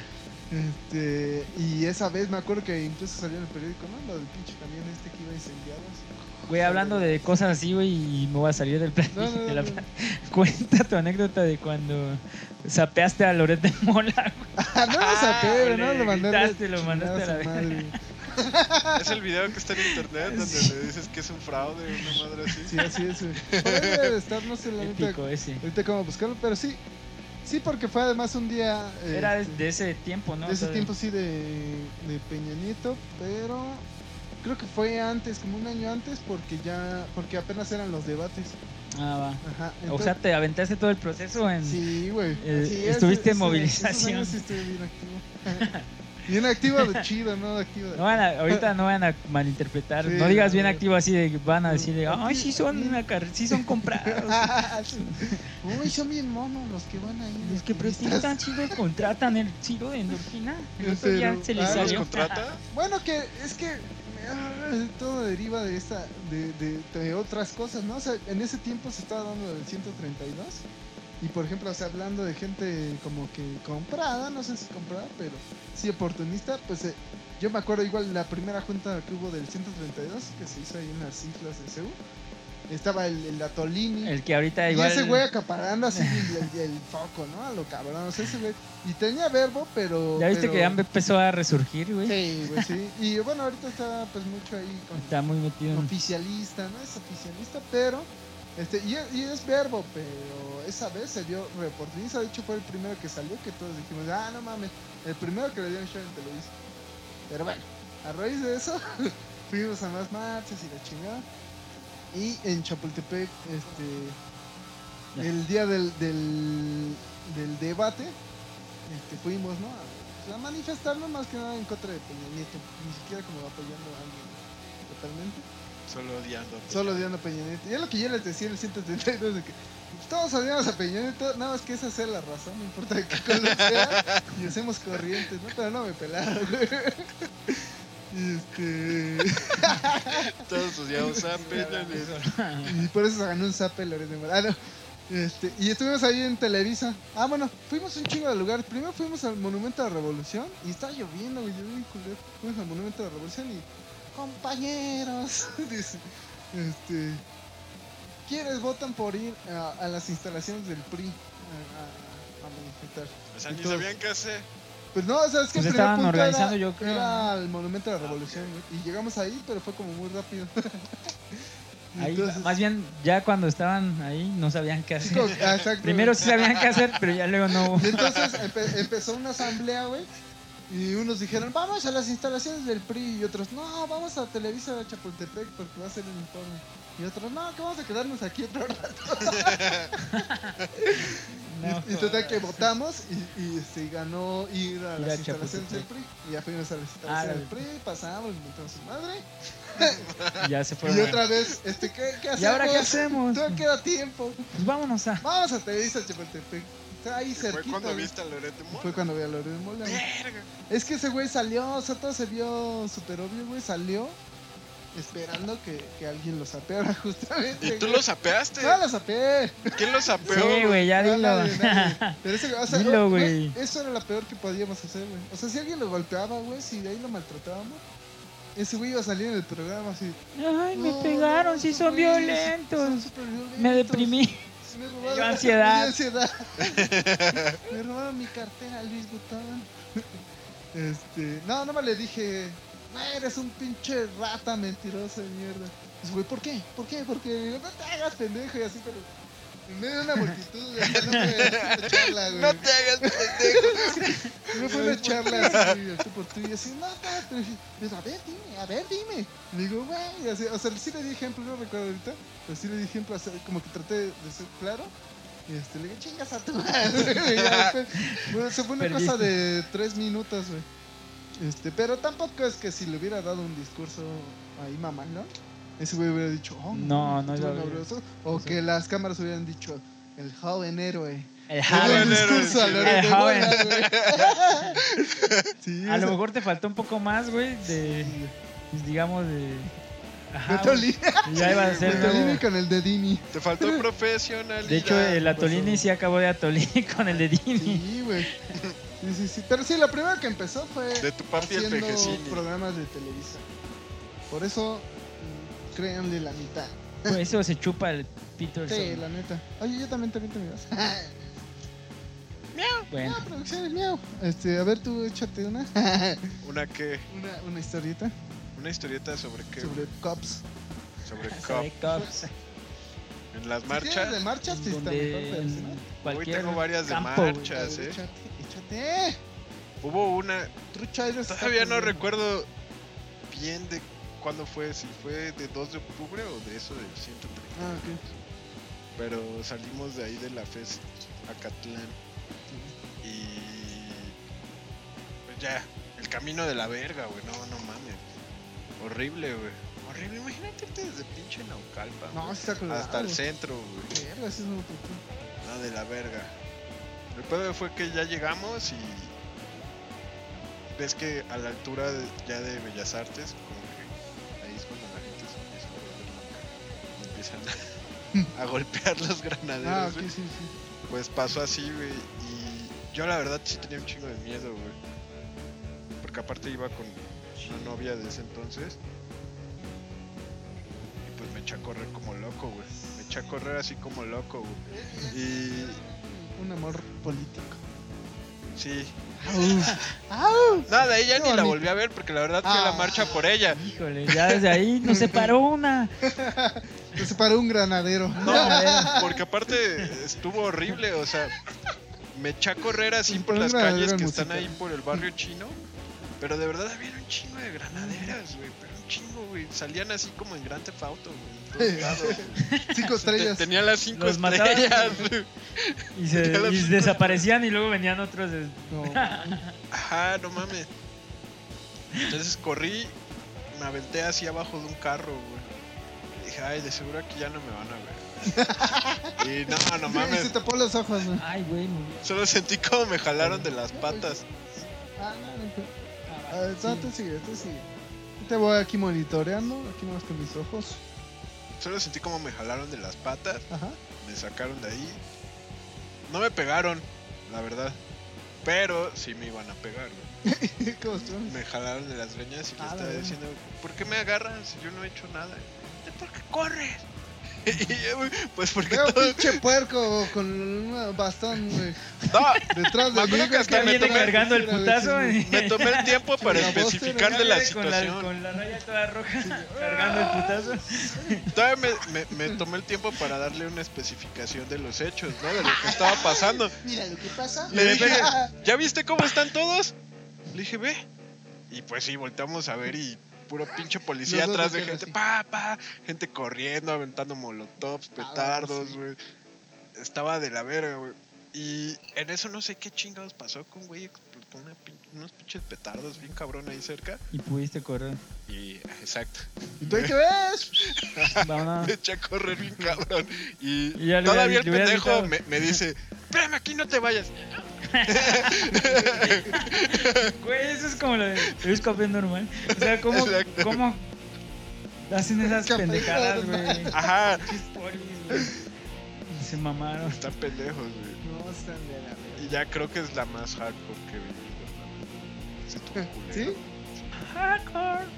Speaker 1: Este, y esa vez me acuerdo que incluso salió en el periódico, ¿no? Lo del pinche camión este que iba incendiado.
Speaker 2: Güey, hablando de cosas así, güey, y me voy a salir del plan.
Speaker 1: No, no,
Speaker 2: de
Speaker 1: no,
Speaker 2: la
Speaker 1: no.
Speaker 2: plan. Cuenta tu anécdota de cuando sapeaste a Loret de Mola. güey.
Speaker 1: Ah, no lo sapé,
Speaker 2: Ah,
Speaker 1: no
Speaker 2: le
Speaker 1: lo mandé.
Speaker 2: gritaste, lo mandaste a la
Speaker 3: Es el video que está en internet donde
Speaker 2: Sí.
Speaker 3: le dices que es un fraude, una madre así.
Speaker 1: Sí, así es. güey. Por ahí debe de estar, no sé la neta,
Speaker 2: Épico ese.
Speaker 1: ahorita cómo buscarlo, pero sí. Sí, porque fue además un día. eh,
Speaker 2: Era de,
Speaker 1: este,
Speaker 2: de ese tiempo, ¿no?
Speaker 1: de ese
Speaker 2: O sea,
Speaker 1: tiempo sí de, de Peña Nieto, pero creo que fue antes, como un año antes, porque ya, porque apenas eran los debates.
Speaker 2: Ah, va.
Speaker 1: Ajá.
Speaker 2: o sea, te aventaste todo el proceso en...
Speaker 1: Sí, güey.
Speaker 2: Eh,
Speaker 1: Sí,
Speaker 2: estuviste en
Speaker 1: esos
Speaker 2: movilización.
Speaker 1: años sí estuve bien activo. bien activo de chido, ¿no? De activo de...
Speaker 2: No van a- ahorita no van a malinterpretar.
Speaker 1: Sí,
Speaker 2: no digas
Speaker 1: no,
Speaker 2: bien
Speaker 1: no.
Speaker 2: activo así de que van a decir de,
Speaker 1: Aquí-
Speaker 2: ay, sí son,
Speaker 1: aquí-
Speaker 2: una car- sí son comprados.
Speaker 1: Uy, son bien monos los que van ahí.
Speaker 2: pues, Los que
Speaker 1: activistas.
Speaker 2: protestan chido contratan el tiro de endorfina. El otro
Speaker 1: Pero-
Speaker 2: día se les
Speaker 1: ah,
Speaker 3: ¿No los
Speaker 2: salió.
Speaker 3: contrata?
Speaker 1: Bueno, que es que ah, todo deriva de esta de, de- de otras cosas, ¿no? O sea, en ese tiempo se estaba dando el 132 y por ejemplo, o sea, hablando de gente como que comprada, no sé si comprada, pero sí oportunista, pues eh, yo me acuerdo igual la primera junta que hubo del 132 que se hizo ahí en las cifras de Seúl. Estaba el, el Atolini.
Speaker 2: El que ahorita
Speaker 1: Y
Speaker 2: igual...
Speaker 1: ese güey acaparando así el, el- el foco, ¿no? A lo cabrón. O sea, ese güey. Y tenía verbo, pero.
Speaker 2: Ya viste
Speaker 1: pero-
Speaker 2: que ya empezó a resurgir, güey.
Speaker 1: Sí, güey, sí. Y bueno, ahorita está pues mucho ahí con
Speaker 2: Está muy metido en...
Speaker 1: oficialista, ¿no? Es oficialista, pero. Este, y, es, y es verbo, pero esa vez se dio reoportunista. De hecho, fue el primero que salió que todos dijimos, ah, no mames, el primero que le dio un show en televisión. Pero bueno, a raíz de eso, fuimos a más marchas y la chingada. Y en Chapultepec, este.
Speaker 2: Ya.
Speaker 1: El día del, del, del debate, este, fuimos, ¿no? A, a manifestarnos más que nada en contra de Peña Nieto, ni siquiera como apoyando a alguien totalmente.
Speaker 3: Solo odiando. a Peña.
Speaker 1: Solo odiando a Peña Nieto. Y es lo que yo les decía en el 132 de que todos odiamos a Peña Nieto, nada más que esa sea la razón, no importa de qué color sea, y hacemos corrientes, ¿no? Pero no me pelaron, güey. Y este.
Speaker 3: Todos odiamos a Peña. Nieto.
Speaker 1: Y por eso se ganó un zape Loret de Mola. Ah, no. Este, y estuvimos ahí en Televisa. Ah, bueno, fuimos a un chingo de lugares. Primero fuimos al Monumento de la Revolución y estaba lloviendo, güey. llovió bien culero. Fuimos al Monumento de la Revolución y. Compañeros, dice, este, ¿quiénes votan por ir a, a las instalaciones del PRI a, a- a manifestar?
Speaker 3: O sea, ni
Speaker 1: Entonces-
Speaker 3: sabían qué hacer.
Speaker 1: Pues no, o sea, es que
Speaker 2: Pues
Speaker 1: el primer
Speaker 2: estaban
Speaker 1: punto
Speaker 2: organizando,
Speaker 1: era,
Speaker 2: yo creo,
Speaker 1: era el Monumento de la Revolución, güey. Y llegamos ahí, pero fue como muy rápido.
Speaker 2: Ahí,
Speaker 1: Entonces-
Speaker 2: más bien, ya cuando estaban ahí no sabían qué
Speaker 1: Sí, como-
Speaker 2: hacer.
Speaker 1: ah, exacto,
Speaker 2: Primero
Speaker 1: güey.
Speaker 2: sí sabían qué hacer, pero ya luego no hubo.
Speaker 1: Y entonces empe- empezó una asamblea, güey. Y unos dijeron, vamos a las instalaciones del PRI. Y otros, no, vamos a Televisa de Chapultepec porque va a ser el informe. Y otros, no, que vamos a quedarnos aquí otro rato.
Speaker 2: No,
Speaker 1: y, y total que votamos y, y este, ganó ir a
Speaker 2: Ir
Speaker 1: las
Speaker 2: a
Speaker 1: instalaciones del PRI. Y ya fuimos a las instalaciones
Speaker 2: Ah,
Speaker 1: del PRI, pasamos, inventamos su madre.
Speaker 2: ya se fueron.
Speaker 1: Y otra vez, este, ¿qué, qué hacemos?
Speaker 2: ¿Y ahora qué hacemos?
Speaker 1: Todavía queda tiempo.
Speaker 2: Pues vámonos a.
Speaker 1: Vamos a Televisa de Chapultepec. Está ahí
Speaker 3: Y fue
Speaker 1: cerquita.
Speaker 3: cuando
Speaker 1: güey.
Speaker 3: viste a Loret de Mola.
Speaker 1: Fue cuando vi a Loret de Mola, güey.
Speaker 3: Verga.
Speaker 1: Es que ese güey salió, o sea, todo se vio súper obvio, güey, salió. esperando que, que alguien lo sapeara justamente.
Speaker 3: Y tú
Speaker 1: güey.
Speaker 3: lo sapeaste.
Speaker 1: No, lo sapeé.
Speaker 3: ¿Quién lo sapeó?
Speaker 2: Sí, güey, ya
Speaker 1: No,
Speaker 2: dilo.
Speaker 1: nadie, nadie. Pero ese, o sea,
Speaker 2: Dilo,
Speaker 1: oh,
Speaker 2: güey.
Speaker 1: Eso era lo peor que podíamos hacer, güey. O sea, si alguien lo golpeaba, güey, si de ahí lo maltratábamos, ese güey iba a salir en el programa así.
Speaker 2: Ay, me
Speaker 1: "No,
Speaker 2: pegaron,
Speaker 1: no,
Speaker 2: sí
Speaker 1: esos
Speaker 2: son
Speaker 1: güeyes son
Speaker 2: violentos.
Speaker 1: súper violentos.
Speaker 2: Me deprimí.
Speaker 1: Me robaron,
Speaker 2: Yo ansiedad.
Speaker 1: me dio ansiedad. Me robaron mi cartera, Luis Butón. Este, no, nomás le dije, "No, eres un pinche rata mentiroso de mierda. Dice, güey, ¿por qué? ¿Por qué? Porque digo, no te hagas pendejo y así, pero en medio de una multitud, güey, no fue una charla, güey.
Speaker 3: No te hagas pendejo.
Speaker 1: No fue una charla así, así por tú y así, no, no, pero dice, a ver, dime, a ver, dime. Le digo, güey, así, o sea, sí le di ejemplo, no recuerdo ahorita, pero sí le di ejemplo, así, como que traté de ser claro. Y este, le digo, chingas a tu madre. Y ya después, bueno, se fue una
Speaker 2: Perdiste.
Speaker 1: cosa de tres minutos, güey. Este, pero tampoco es que si le hubiera dado un discurso ahí mamá, ¿no? Ese güey hubiera dicho, oh,
Speaker 2: No, no
Speaker 1: estuvo
Speaker 2: lo habría.
Speaker 1: labroso. O que las cámaras hubieran dicho, el joven héroe.
Speaker 2: El
Speaker 1: Todo
Speaker 2: joven.
Speaker 1: el discurso a
Speaker 2: El
Speaker 1: la hora de
Speaker 2: joven.
Speaker 1: bola, güey. Sí,
Speaker 2: A lo
Speaker 1: esa- Eh,
Speaker 2: mejor te faltó un poco más, güey, de, digamos, de... Ajá,
Speaker 1: Me
Speaker 2: güey.
Speaker 1: tolí,
Speaker 2: Ya iba a
Speaker 1: me
Speaker 2: ser
Speaker 1: tolí
Speaker 2: nuevo.
Speaker 1: con el de Dini.
Speaker 3: Te faltó profesionalidad.
Speaker 2: De hecho, el Atolini
Speaker 1: pasó.
Speaker 2: sí acabó de Atolini con el de Dini.
Speaker 1: Sí, güey. Sí, sí, sí. Pero sí, la primera que empezó fue
Speaker 3: De tu papi el
Speaker 1: haciendo
Speaker 3: pejecini.
Speaker 1: programas de Televisa. Por eso, mm, créanle la mitad.
Speaker 2: Por eso se chupa el pito del
Speaker 1: Sí,
Speaker 2: sol.
Speaker 1: la neta. Oye, yo también, también, también.
Speaker 2: Bueno,
Speaker 1: Ah, producciones, miau. Este, a ver, tú échate una.
Speaker 3: ¿Una qué?
Speaker 1: una, una historieta
Speaker 3: ¿Una historieta sobre qué?
Speaker 1: sobre cops.
Speaker 3: Sobre,
Speaker 2: sobre
Speaker 3: cop.
Speaker 2: cops.
Speaker 3: En las
Speaker 1: Si tienes de
Speaker 3: marchas.
Speaker 1: marchas, sí está mejor,
Speaker 2: Donde
Speaker 1: pero si no,
Speaker 2: en
Speaker 3: Hoy
Speaker 2: cualquier
Speaker 3: tengo varias de
Speaker 2: campo, güey.
Speaker 1: a ver,
Speaker 3: marchas, eh.
Speaker 1: échate, échate.
Speaker 3: Hubo una.
Speaker 1: Trucha eres
Speaker 3: Todavía no
Speaker 1: cabrón.
Speaker 3: recuerdo bien de cuándo fue. Si fue de 2 de octubre o de eso del 130.
Speaker 1: Ah, ok.
Speaker 3: Pero salimos de ahí de la FES Acatlán. Y. Pues ya, el camino de la verga, güey. No, no mames. Horrible, güey. Horrible. Imagínate irte desde pinche Naucalpa.
Speaker 1: No,
Speaker 3: güey,
Speaker 1: sí está colgado.
Speaker 3: hasta el centro, güey.
Speaker 1: Verga, ese es un puto.
Speaker 3: No, Ah, de la verga. El pedo fue que ya llegamos y. Ves que a la altura de- ya de Bellas Artes, como que ahí es cuando la gente se empieza a volver loca. Empiezan a, a golpear los granaderos,
Speaker 1: Ah, ok,
Speaker 3: güey.
Speaker 1: sí, sí.
Speaker 3: Pues pasó así, güey. Y yo la verdad sí tenía un chingo de miedo, güey. Porque aparte iba con una novia de ese entonces. Y pues me eché a correr como loco, güey. Me eché a correr así como loco, güey. Y
Speaker 1: Un amor político.
Speaker 3: sí.
Speaker 1: ¡Au!
Speaker 3: Nada, ella
Speaker 1: Qué
Speaker 3: ni la
Speaker 1: bonito.
Speaker 3: volví a ver porque la verdad fue la
Speaker 1: Ah.
Speaker 3: marcha por ella.
Speaker 2: Híjole, ya desde ahí nos separó una.
Speaker 1: Se separó un granadero.
Speaker 3: No,
Speaker 2: A ver.
Speaker 3: porque aparte estuvo horrible, o sea, me eché a correr así por
Speaker 1: Un
Speaker 3: las calles
Speaker 1: granadero
Speaker 3: que
Speaker 1: en
Speaker 3: están
Speaker 1: música.
Speaker 3: ahí por el barrio chino, pero de verdad había un chingo de granaderas, güey, pero un chingo, güey, salían así como en Grand Theft Auto, güey, en todos lados, güey.
Speaker 1: Cinco
Speaker 3: Te-
Speaker 1: estrellas.
Speaker 3: Tenía las cinco
Speaker 2: Los mataban.
Speaker 3: estrellas, güey.
Speaker 2: Y, se-
Speaker 3: Ya los
Speaker 2: y
Speaker 3: cinco-
Speaker 2: desaparecían y luego venían otros. de-
Speaker 1: No.
Speaker 3: Ajá, no mames. Entonces corrí, me aventé así abajo de un carro, güey. Dije, ay, de seguro aquí ya no me van a ver. Y no, no
Speaker 1: Sí, se
Speaker 3: mames.
Speaker 1: tapó los ojos, güey.
Speaker 2: Ay, güey. muy-
Speaker 3: Solo sentí como me jalaron de las patas.
Speaker 1: Ah, no, no, no.
Speaker 2: ah,
Speaker 1: A ver, no,
Speaker 2: sí.
Speaker 1: tú sigue, tú sigue. Yo Te voy aquí monitoreando, aquí nomás con mis ojos.
Speaker 3: Solo sentí como me jalaron de las patas,
Speaker 1: Ajá.
Speaker 3: me sacaron de ahí. No me pegaron, la verdad. Pero sí me iban a pegar. güey.
Speaker 1: ¿Cómo estuvieron?
Speaker 3: Me jalaron de las greñas y le
Speaker 1: Ah,
Speaker 3: estaba
Speaker 1: bueno.
Speaker 3: diciendo, ¿por qué me agarran si yo no he hecho nada? ¿Por qué corres? Y yo, güey, pues porque
Speaker 1: Veo
Speaker 3: todo...
Speaker 1: pinche puerco con un bastón, güey.
Speaker 3: No,
Speaker 1: Detrás
Speaker 3: Me
Speaker 1: de mí,
Speaker 3: acuerdo que
Speaker 1: güey, que
Speaker 3: hasta me
Speaker 1: me
Speaker 2: viene
Speaker 1: tocó-
Speaker 2: cargando el
Speaker 1: a veces,
Speaker 2: putazo.
Speaker 1: güey.
Speaker 2: y-
Speaker 3: me tomé el tiempo para
Speaker 1: La voz
Speaker 3: especificarle la
Speaker 2: con la-
Speaker 3: situación.
Speaker 2: Con la, raya toda roja, cargando el putazo.
Speaker 3: Todavía me, me- me tomé el tiempo para darle una especificación de los hechos, ¿no? De lo que estaba pasando.
Speaker 1: Mira lo que pasa.
Speaker 3: Le dije, ¿ya viste cómo están todos? Le dije, ve. Y pues sí, volteamos a ver y puro pinche policía
Speaker 1: Los dos
Speaker 3: atrás de
Speaker 1: voltearon
Speaker 3: gente,
Speaker 1: así.
Speaker 3: pa, pa, gente corriendo, aventando molotovs,
Speaker 1: bueno,
Speaker 3: petardos,
Speaker 1: Ah, sí.
Speaker 3: güey. Estaba de la verga, güey. Y en eso no sé qué chingados pasó con, güey, explotó una pin- unos pinches petardos bien cabrón ahí cerca.
Speaker 2: Y pudiste correr.
Speaker 3: Y, exacto,
Speaker 1: ¿Y tú ahí qué ves?
Speaker 2: Vámonos.
Speaker 3: me eché a correr bien cabrón. Y,
Speaker 2: Y ya le
Speaker 3: Pues,
Speaker 2: hubiera-
Speaker 3: todavía el
Speaker 2: le hubiera
Speaker 3: pendejo
Speaker 2: gritado.
Speaker 3: me, me dice, espérame aquí, no te vayas.
Speaker 2: Güey, eso es como lo de Luis Copia normal. O sea, ¿cómo,
Speaker 3: Exacto.
Speaker 2: ¿cómo Hacen esas
Speaker 1: Café
Speaker 2: pendejadas,
Speaker 1: normal.
Speaker 2: güey.
Speaker 3: Ajá,
Speaker 2: Pinches polis, güey. Se mamaron.
Speaker 3: están pendejos, güey.
Speaker 1: No, están de la verga.
Speaker 3: Y ya creo que es la más hardcore que he vivido. la neta. Se estuvo culero.
Speaker 1: ¿Sí?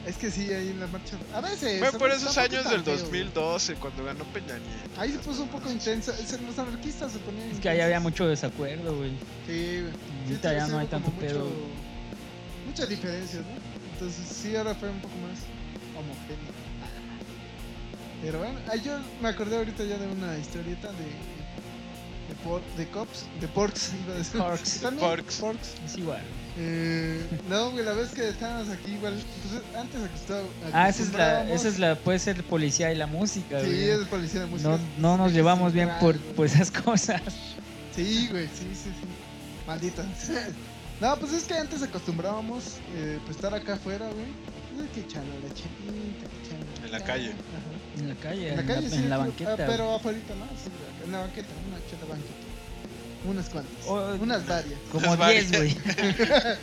Speaker 1: Es que sí, ahí en la marcha. A veces.
Speaker 3: Fue por
Speaker 1: a veces
Speaker 3: esos
Speaker 1: tampoco
Speaker 3: años
Speaker 1: tan
Speaker 3: del
Speaker 1: feo,
Speaker 3: 2012, cuando ganó Peña Nieto.
Speaker 1: güey. Ahí se puso un poco intensa. es- Los anarquistas se ponían.
Speaker 2: Es que ahí
Speaker 1: intensos.
Speaker 2: había mucho desacuerdo, güey.
Speaker 1: Sí, güey. Sí,
Speaker 2: Ahorita ya
Speaker 1: sí,
Speaker 2: no hay
Speaker 1: hubo como
Speaker 2: tanto pedo.
Speaker 1: mucho- Muchas diferencias, ¿no? Entonces sí, ahora fue un poco más homogéneo. Pero bueno, ah, yo me acordé ahorita ya de una historieta de. de, por- de cops. De porks, iba a decir.
Speaker 2: Porks.
Speaker 1: También,
Speaker 3: Porks.
Speaker 1: porks.
Speaker 2: Es igual.
Speaker 1: Eh, no, güey, la vez que estábamos aquí, igual. Pues antes acostado.
Speaker 2: Ah, esa es la, esa es la, puede ser policía y la música, güey.
Speaker 1: Sí, es policía de música.
Speaker 2: no, no nos llevamos bien por, pues.
Speaker 1: Central,
Speaker 2: por esas cosas.
Speaker 1: Sí, güey, sí, sí, sí. Maldita. No, pues es que antes acostumbrábamos eh, pues estar acá afuera, güey. Ay, Que echando la chelita, que echando
Speaker 3: En la
Speaker 1: tal.
Speaker 3: calle.
Speaker 1: Ajá.
Speaker 2: En la calle,
Speaker 1: En la calle, sí.
Speaker 2: en la
Speaker 1: pero-
Speaker 2: banqueta.
Speaker 1: ah, pero afuera, ¿no? Sí, güey, acá en la banqueta, una chela banqueta. Unas cuantas.
Speaker 2: Oh,
Speaker 1: unas varias.
Speaker 2: Como
Speaker 3: Es varias.
Speaker 2: 10, güey.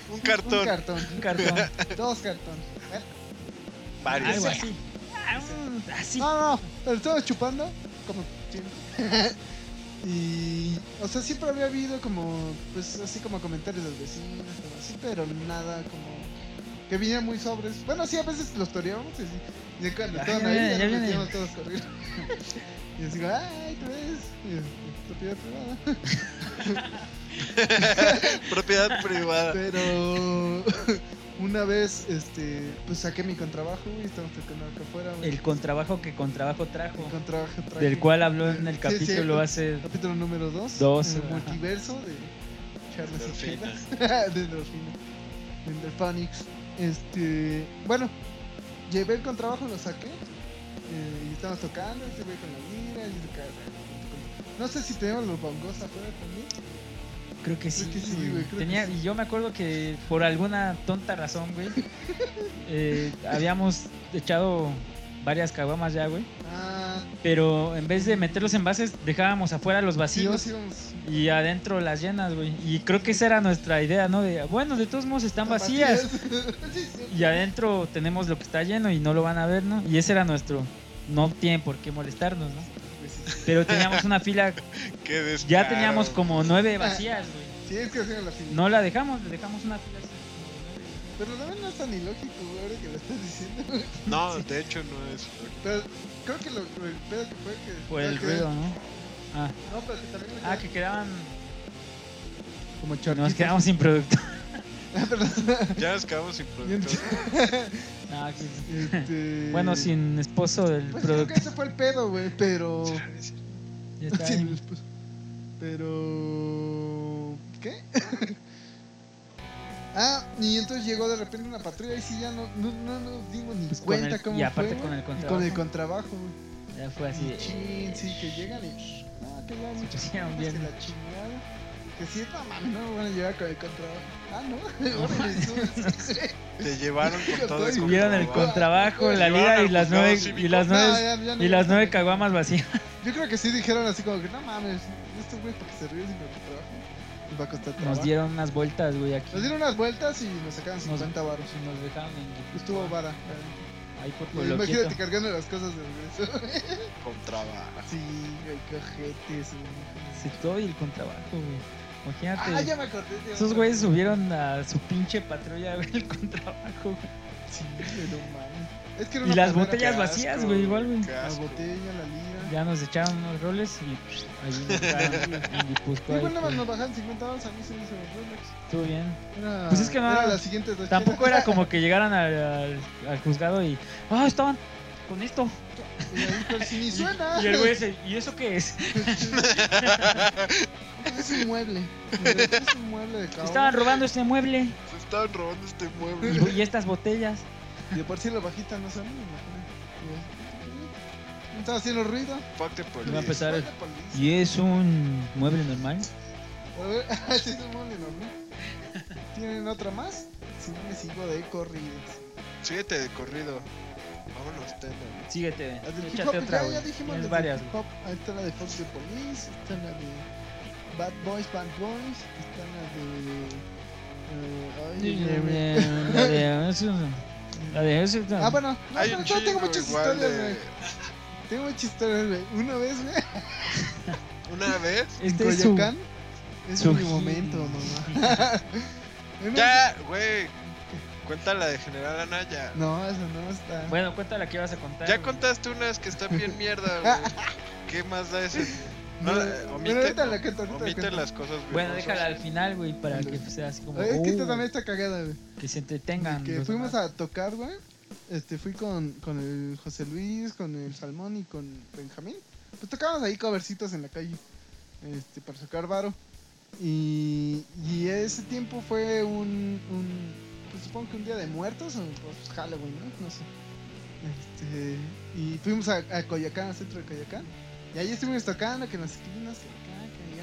Speaker 3: Un
Speaker 1: Un
Speaker 3: cartón.
Speaker 1: cartón.
Speaker 2: Un cartón.
Speaker 1: dos cartones. ¿eh?
Speaker 3: Varios.
Speaker 2: Algo así. Ah, mm, Así.
Speaker 1: No, no, pero estaba chupando, como siempre. y, o sea, siempre había habido como, pues así como comentarios de los vecinos, como así, pero nada como que vinieran muy sobres. Bueno, sí, a veces los toreábamos y sí. Y ya cuando
Speaker 2: Ah, Ya
Speaker 1: estaban
Speaker 2: viene,
Speaker 1: ahí,
Speaker 2: ya
Speaker 1: ya nos
Speaker 2: viene.
Speaker 1: metíamos todos corriendo. y así, como, ay, tú ves, y, estupidez privada.
Speaker 3: Propiedad privada.
Speaker 1: Pero una vez, este, pues saqué mi contrabajo y estamos tocando acá afuera. güey.
Speaker 2: El contrabajo que contrabajo trajo.
Speaker 1: Mi contrabajo traje-
Speaker 2: Del cual habló en el
Speaker 1: Sí, es
Speaker 2: capítulo
Speaker 1: cierto.
Speaker 2: hace.
Speaker 1: Capítulo número 2.
Speaker 2: Dos,
Speaker 1: El
Speaker 2: ajá.
Speaker 1: multiverso de Charles y
Speaker 3: Endorfina.
Speaker 1: Chelas. de Endorfina. De Endorphonics. Este. Bueno, llevé el contrabajo, lo saqué. eh, y estábamos tocando. Este güey con la lira. y acá, con- No sé si tenemos los bongos afuera también.
Speaker 2: Creo que sí.
Speaker 1: que sí,
Speaker 2: güey.
Speaker 1: güey, creo que
Speaker 2: Tenía,
Speaker 1: sí.
Speaker 2: Y yo me acuerdo que por alguna tonta razón, güey, eh, habíamos echado varias caguamas ya, güey.
Speaker 1: Ah,
Speaker 2: Pero en vez de meter los envases, dejábamos afuera los
Speaker 1: sí,
Speaker 2: vacíos.
Speaker 1: nos íbamos.
Speaker 2: Y adentro las llenas, güey. Y creo que esa era nuestra idea, ¿no? De, bueno, de todos modos están vacías.
Speaker 1: Sí, sí.
Speaker 2: Y adentro tenemos lo que está lleno y no lo van a ver, ¿no? Y ese era nuestro. No tienen por qué molestarnos, ¿no?
Speaker 1: Pues sí.
Speaker 2: Pero teníamos una fila,
Speaker 3: Qué descaro.
Speaker 2: ya teníamos como nueve vacías, güey.
Speaker 1: Sí, es que hacían la fila.
Speaker 2: No la dejamos, le dejamos una fila. así, como
Speaker 1: Pero también no es tan ilógico, güey, ahora que lo estás diciendo.
Speaker 3: No, de hecho no es.
Speaker 1: Pero creo que lo, el pedo que fue que.
Speaker 2: de nueve. Por el
Speaker 1: que-
Speaker 2: ruido, ¿no? Ah,
Speaker 1: No, pero que también.
Speaker 2: ah, que quedaban.
Speaker 1: Como
Speaker 2: Nos quedamos sin producto.
Speaker 3: Ya nos quedamos sin productor.
Speaker 2: No, que-
Speaker 1: Este...
Speaker 2: Bueno, sin esposo del
Speaker 1: Pues creo que
Speaker 2: producto.
Speaker 1: ese fue el pedo, güey, pero.
Speaker 2: Ya está
Speaker 1: Sin
Speaker 2: ahí.
Speaker 1: el esposo. Pero. ¿Qué? ah, y entonces llegó de repente una patrulla y sí ya no, no, no nos dimos ni
Speaker 2: Pues con
Speaker 1: cuenta
Speaker 2: el-
Speaker 1: cómo
Speaker 2: y aparte
Speaker 1: fue,
Speaker 2: con
Speaker 1: güey,
Speaker 2: el
Speaker 1: y
Speaker 2: contrabajo.
Speaker 1: Con el contrabajo, güey.
Speaker 2: Ya fue así.
Speaker 1: Y
Speaker 2: de-
Speaker 1: chin, sí, que llegan y. No, que ya muchas
Speaker 2: pusieron
Speaker 1: gracias,
Speaker 2: bien.
Speaker 1: que la chingada. Que sí, no mames, no me van a llevar con el contrabajo. Ah, no, órale, súbete.
Speaker 3: Te llevaron con todo el
Speaker 2: Tuvieron el
Speaker 3: contrabando.
Speaker 2: contrabajo, la
Speaker 3: Llevaron
Speaker 2: lira
Speaker 3: al
Speaker 2: y las
Speaker 3: juzgado
Speaker 2: nueve
Speaker 3: cívico.
Speaker 2: y las
Speaker 1: No,
Speaker 2: nueve
Speaker 1: ya- ya no
Speaker 2: y las
Speaker 1: llegaron.
Speaker 2: nueve caguamas vacías.
Speaker 1: Yo creo que sí dijeron así como que no mames, estos güey para que se ríen sin nuestro trabajo. Les va a costar trabajo.
Speaker 2: Nos dieron unas vueltas, güey, aquí.
Speaker 1: Nos dieron unas vueltas y nos sacaron
Speaker 2: Nos-
Speaker 1: 50 baros.
Speaker 2: y nos dejaron en
Speaker 1: Estuvo vara.
Speaker 2: Ahí por
Speaker 1: Y
Speaker 2: Pueblo
Speaker 1: Pues Imagínate
Speaker 2: Quieto.
Speaker 1: cargando las cosas de regreso.
Speaker 3: Contrabajo.
Speaker 1: sí, güey, qué ojetes. güey.
Speaker 2: Sí, todo y el contrabajo, güey. Imagínate.
Speaker 1: Ah, ya me acordé. de
Speaker 2: Esos
Speaker 1: otra.
Speaker 2: güeyes subieron a su pinche patrulla, güey, el contrabajo. güey.
Speaker 1: Sí, güey, no mames. Es que era
Speaker 2: Y
Speaker 1: una
Speaker 2: las
Speaker 1: palmera.
Speaker 2: botellas vacías, güey, igual, güey.
Speaker 3: Qué
Speaker 1: La
Speaker 3: asco.
Speaker 1: botella, la lira.
Speaker 2: Ya nos echaron unos roles y psh, ahí nos dejaron en Guipúzcoa,
Speaker 1: Igual nada más
Speaker 2: ahí,
Speaker 1: nos
Speaker 2: güey.
Speaker 1: bajaban 50 baros, a mí se me hizo relax.
Speaker 2: Estuvo bien.
Speaker 1: Era,
Speaker 2: Pues es que no-
Speaker 1: era la siguiente dos
Speaker 2: Tampoco era como que llegaran al, al- al juzgado y. ¡Ah, estaban con esto!
Speaker 1: chelas. Y ahí, pero si ni suena.
Speaker 2: Y el güey dice, ¿y eso qué es?
Speaker 1: Es un mueble. Es un mueble de caoba.
Speaker 2: Estaban robando este mueble
Speaker 3: Se estaban robando este mueble.
Speaker 2: y, y estas botellas.
Speaker 1: Y de por sí la bajita no suena, imagínate. Estaba haciendo ruido.
Speaker 3: Fuck the police.
Speaker 2: Va a empezar el-
Speaker 1: Suena policía.
Speaker 2: Y es un mueble normal.
Speaker 1: A ver, así es un mueble normal. ¿Tienen otra más? Si no me sigo de corrido.
Speaker 3: Síguete de corrido. Vámonos, Tena.
Speaker 2: Síguete,
Speaker 1: La del hip hop,
Speaker 2: échate otra,
Speaker 1: ya,
Speaker 2: güey.
Speaker 1: ya dijimos
Speaker 2: Tienes
Speaker 1: las
Speaker 2: varias.
Speaker 1: del hip hop. Ahí está la de Fox the Police, está la de Bad Boys, Bad Boys, está la de... eh, ay,
Speaker 2: güey.
Speaker 1: no me-
Speaker 2: La de- eso, La de eso.
Speaker 1: Ah, bueno, no,
Speaker 3: Hay
Speaker 1: no,
Speaker 3: un
Speaker 1: yo
Speaker 3: chino
Speaker 1: tengo muchas
Speaker 3: igual
Speaker 1: historias,
Speaker 3: de...
Speaker 1: güey. Tengo muchas historias, güey. Una vez, güey,
Speaker 3: Una vez...
Speaker 1: en
Speaker 2: Este es su-
Speaker 1: Coyoacán. Es
Speaker 2: su
Speaker 1: mi
Speaker 2: hit.
Speaker 1: momento, mamá.
Speaker 3: Ya, güey. Cuenta la de General Anaya.
Speaker 1: No, eso no está.
Speaker 2: Bueno, cuéntala que ibas a contar.
Speaker 3: Ya
Speaker 2: güey.
Speaker 3: contaste unas que están bien mierda, güey. ¿Qué más da ese? No,
Speaker 1: No,
Speaker 3: la-
Speaker 1: pero
Speaker 3: omite,
Speaker 1: ahorita la cuento, ahorita la
Speaker 3: omite
Speaker 1: cuento.
Speaker 3: las cosas, güey.
Speaker 2: Bueno, déjala al final, güey, para que sea así como.
Speaker 1: Oye, Eh, es que esta
Speaker 2: "Oh",
Speaker 1: también está cagada, güey.
Speaker 2: que se entretengan.
Speaker 1: Que
Speaker 2: los
Speaker 1: fuimos
Speaker 2: demás.
Speaker 1: a tocar, güey. Este, fui con, con el José Luis, con el Salmón y con Benjamín. Pues tocábamos ahí covercitos en la calle. Este, para sacar varo. Y, y ese tiempo fue un, un- Pues supongo que un día de muertos o pues, Halloween, ¿no? No sé. Este, y fuimos a, a Coyacán, al centro de Coyacán. Y ahí estuvimos tocando, que no sé qué, no sé qué, acá, que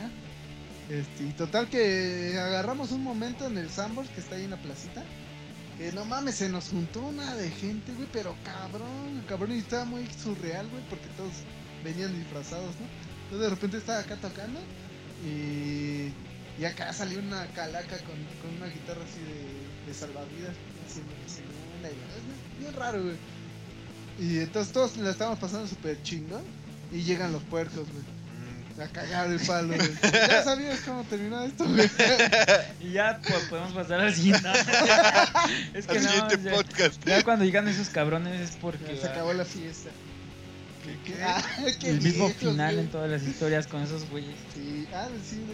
Speaker 1: allá. Este, y total que agarramos un momento en el Sambor que está ahí en la placita. Que no mames, se nos juntó una de gente, güey, pero cabrón, cabrón, y estaba muy surreal, güey, porque todos venían disfrazados, ¿no? Entonces de repente estaba acá tocando y, y acá salió una calaca con, con una guitarra así de, de salvavidas, haciendo que se una y la- es bien raro, güey. Y entonces todos la estábamos pasando súper chingón y llegan los puercos, güey. A cagar el palo, güey. Ya sabías cómo terminaba esto, güey.
Speaker 2: Y ya pues, podemos pasar al siguiente. es que
Speaker 3: Al
Speaker 2: no,
Speaker 3: siguiente
Speaker 2: ya,
Speaker 3: podcast.
Speaker 2: ya cuando llegan esos cabrones es porque.
Speaker 1: Se acabó la fiesta.
Speaker 3: ¿Qué, qué?
Speaker 1: Ah, qué
Speaker 2: El mismo
Speaker 1: viejos,
Speaker 2: final
Speaker 1: güey.
Speaker 2: en todas las historias con esos güeyes.
Speaker 1: Sí, ah, sí, de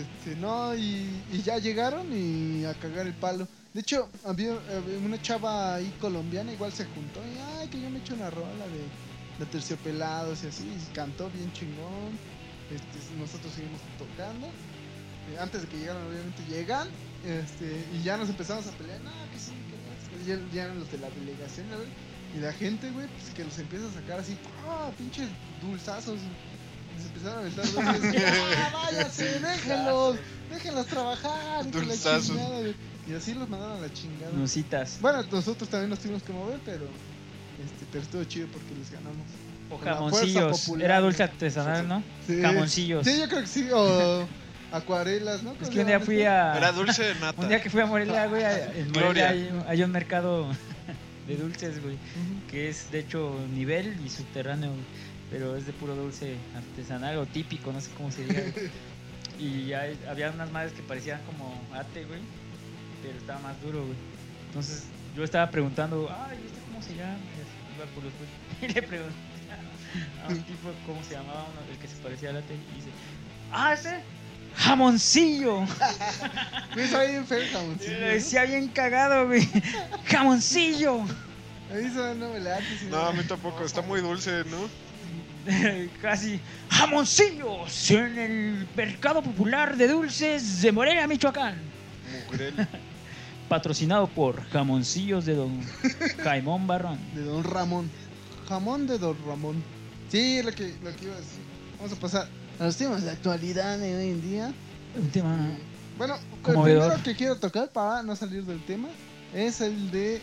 Speaker 1: hecho. Este, no, y, y ya llegaron y a cagar el palo. De hecho, había, había una chava ahí colombiana, igual se juntó y, ay, que yo me echo una rola de, de terciopelados y así, y cantó bien chingón. Este, nosotros seguimos tocando. Eh, antes de que llegaran, obviamente llegan. Este, y ya nos empezamos a pelear. No, que sí, que no. Ya, ya eran los de la delegación, güey. Y la gente, güey, pues que los empieza a sacar así, ¡ah, pinches dulzazos! Y se empezaron a aventar dulces. y, ¡Ah, váyase, déjenlos! ¡Déjenlos trabajar! y que la
Speaker 3: Dulzazos.
Speaker 1: chingada, güey. Y así los mandaron a la chingada.
Speaker 2: Nusitas.
Speaker 1: Bueno, nosotros también nos tuvimos que mover, pero, este, pero estuvo chido porque les ganamos.
Speaker 2: O
Speaker 1: con la fuerza
Speaker 2: jamoncillos.
Speaker 1: popular,
Speaker 2: Era dulce
Speaker 1: güey.
Speaker 2: artesanal, ¿no?
Speaker 1: Sí,
Speaker 2: Jamoncillos.
Speaker 1: Sí, yo creo que sí, o acuarelas, ¿no?
Speaker 2: Es que un día fui a.
Speaker 3: Era dulce de nata.
Speaker 2: Ah. Un día que fui a Morelia, güey, a- en Morelia
Speaker 3: Gloria.
Speaker 2: hay, hay un mercado de dulces, güey, que es de hecho nivel y subterráneo, güey, pero es de puro dulce artesanal o típico, no sé cómo se diga. güey. y hay- había unas madres que parecían como ate, güey, pero estaba más duro, güey. Entonces yo estaba preguntando, ay, ¿este cómo se llama? Y así, iba por los güeyes. Y le pregunté a un tipo cómo se llamaba uno, el que se parecía al ate, y dice, ah, ese jamoncillo.
Speaker 1: Güey, estaba bien feo el jamoncillo.
Speaker 2: Lo decía bien cagado, güey. Jamoncillo.
Speaker 1: ¿no? A pues, mí eso no me late.
Speaker 3: No, a
Speaker 1: señor.
Speaker 3: mí tampoco. Está muy dulce, ¿no?
Speaker 2: Casi. Jamoncillos en el mercado popular de dulces de Morelia, Michoacán.
Speaker 3: Mugrel.
Speaker 2: Patrocinado por Jamoncillos de Don Jaimón Barrón.
Speaker 1: De Don Ramón. Jamón de Don Ramón. Sí, es lo que, lo que iba a decir. Vamos a pasar a los temas de actualidad de hoy en día.
Speaker 2: Un tema.
Speaker 1: Bueno, el
Speaker 2: Conmovedor.
Speaker 1: primero que quiero tocar para no salir del tema es el de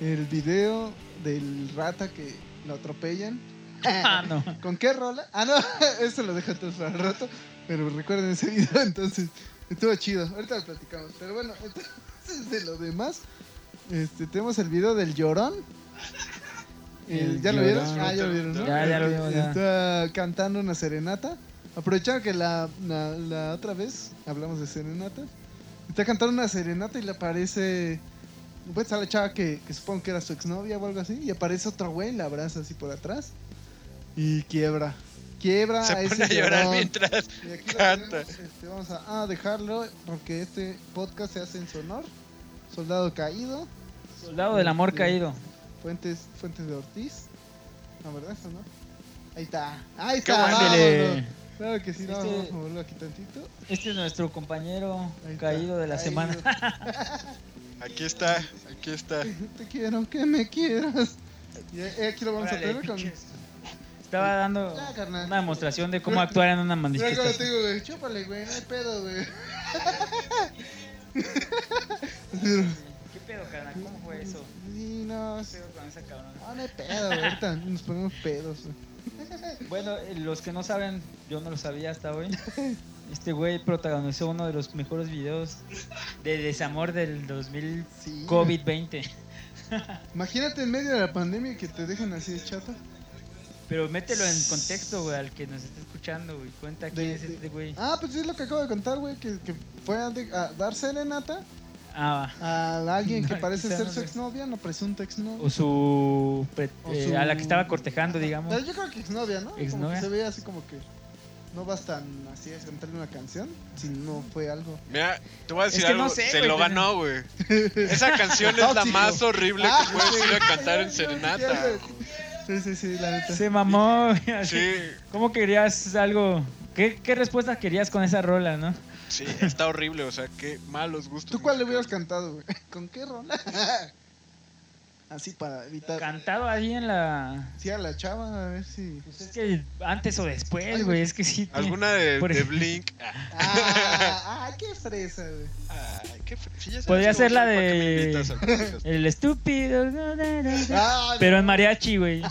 Speaker 1: el video del rata que lo atropellan.
Speaker 2: Ah, no.
Speaker 1: ¿Con qué rola? Ah, no, eso lo dejo entonces para el rato. Pero recuerden ese video, entonces estuvo chido. Ahorita lo platicamos. Pero bueno, entonces de lo demás, este, tenemos el video del llorón. El-
Speaker 2: El
Speaker 1: ¿Ya lo vieron?
Speaker 2: Llorón.
Speaker 1: Ah, ya lo vieron, ¿no?
Speaker 2: Ya, ya lo
Speaker 1: El que
Speaker 2: vimos, ya.
Speaker 1: Está cantando una serenata. Aprovechando que la, la, la otra vez hablamos de serenata. Está cantando una serenata y le aparece. Pues a la chava que, que supongo que era su exnovia o algo así. Y aparece otro güey, la abraza así por atrás. Y quiebra. Quiebra
Speaker 3: Se
Speaker 1: a
Speaker 3: pone
Speaker 1: ese
Speaker 3: a llorar
Speaker 1: llorón.
Speaker 3: mientras.
Speaker 1: Y aquí lo
Speaker 3: Canta.
Speaker 1: tenemos, este, vamos a, a dejarlo porque este podcast se hace en su honor. Soldado caído,
Speaker 2: Soldado del amor caído.
Speaker 1: Fuentes, Fuentes de Ortiz. No, ¿verdad? Eso, ¿no? Ahí está. Ahí
Speaker 3: Qué
Speaker 1: está.
Speaker 3: bueno.
Speaker 2: Ándele.
Speaker 1: vámonos. Claro que sí, Ah, no,
Speaker 2: Este-
Speaker 1: vamos a moverlo aquí tantito.
Speaker 2: Este es nuestro compañero
Speaker 1: Ahí está.
Speaker 2: caído de la
Speaker 1: Caído.
Speaker 2: semana.
Speaker 3: Aquí está, aquí está.
Speaker 1: Te quiero, que me quieras. Y eh, aquí lo vamos a
Speaker 2: Órale,
Speaker 1: tener con.
Speaker 2: pinches. Estaba dando
Speaker 1: Ya, carnal.
Speaker 2: una demostración de cómo actuar en una
Speaker 1: Mira cómo te
Speaker 2: manifestación.
Speaker 1: digo, güey. Chúpale, güey, no hay pedo, güey. Pero-
Speaker 2: ¿Qué pedo, carnal? ¿Cómo fue eso?
Speaker 1: Sí, no, sí.
Speaker 2: con esa cabrona?
Speaker 1: No, no hay pedo, güey. Ahorita nos ponemos pedos, güey.
Speaker 2: Bueno, eh, los que no saben, yo no lo sabía hasta hoy. Este güey protagonizó uno de los mejores videos de desamor del 2000
Speaker 1: Sí.
Speaker 2: COVID-20.
Speaker 1: Imagínate en medio de la pandemia que te dejan así de chata.
Speaker 2: Pero mételo en contexto, güey, al que nos está escuchando, güey. Cuenta quién
Speaker 1: De-
Speaker 2: es
Speaker 1: de-
Speaker 2: este güey.
Speaker 1: Ah, pues es lo que acabo de contar, güey, que, que fue a, de- a dar serenata
Speaker 2: Ah,
Speaker 1: a alguien que
Speaker 2: No,
Speaker 1: parece
Speaker 2: quizá
Speaker 1: ser
Speaker 2: no
Speaker 1: su
Speaker 2: sé.
Speaker 1: exnovia, no presunta exnovia.
Speaker 2: o su. pre-
Speaker 1: O
Speaker 2: eh,
Speaker 1: su- Ah,
Speaker 2: a la que estaba cortejando, digamos.
Speaker 1: Pero yo creo que exnovia, ¿no? Como que
Speaker 2: Exnovia.
Speaker 1: se veía así como que no vas tan así a cantarle una canción si no fue algo.
Speaker 3: Mira, te voy a decir
Speaker 2: que
Speaker 3: algo.
Speaker 2: no sé,
Speaker 3: se
Speaker 2: güey,
Speaker 3: lo
Speaker 2: pero-
Speaker 3: ganó, güey. Esa canción es la
Speaker 1: Tóxico.
Speaker 3: más horrible
Speaker 1: Ah,
Speaker 3: que puedes
Speaker 1: sí.
Speaker 3: ir a cantar en
Speaker 1: Sí, sí,
Speaker 3: serenata.
Speaker 1: Sí, sí, sí, la neta.
Speaker 2: Se mamó. güey, así.
Speaker 3: Sí,
Speaker 2: ¿Cómo querías algo? ¿Qué, ¿Qué respuesta querías con esa rola, no?
Speaker 3: sí, está horrible. O sea, qué malos gustos.
Speaker 1: ¿Tú cuál le hubieras
Speaker 3: musicales.
Speaker 1: cantado, güey? ¿Con qué rola? así para evitar.
Speaker 2: Cantado ahí en la.
Speaker 1: Sí, a la chava, a ver si.
Speaker 2: Pues es que antes o
Speaker 1: Ay,
Speaker 2: después,
Speaker 1: güey.
Speaker 2: güey. Es que sí. te-
Speaker 3: Alguna de,
Speaker 2: Por
Speaker 3: de
Speaker 2: ejemplo.
Speaker 3: Blink. Ah,
Speaker 1: Ah, ah, qué fresa, güey.
Speaker 3: ay, qué fre- sí, ya sabes
Speaker 2: Podría
Speaker 3: que
Speaker 2: ser
Speaker 3: vos
Speaker 2: la
Speaker 3: sabes para qué me
Speaker 2: de-
Speaker 3: invitas al podcast.
Speaker 2: El estúpido.
Speaker 1: Ah,
Speaker 2: Pero en mariachi, güey.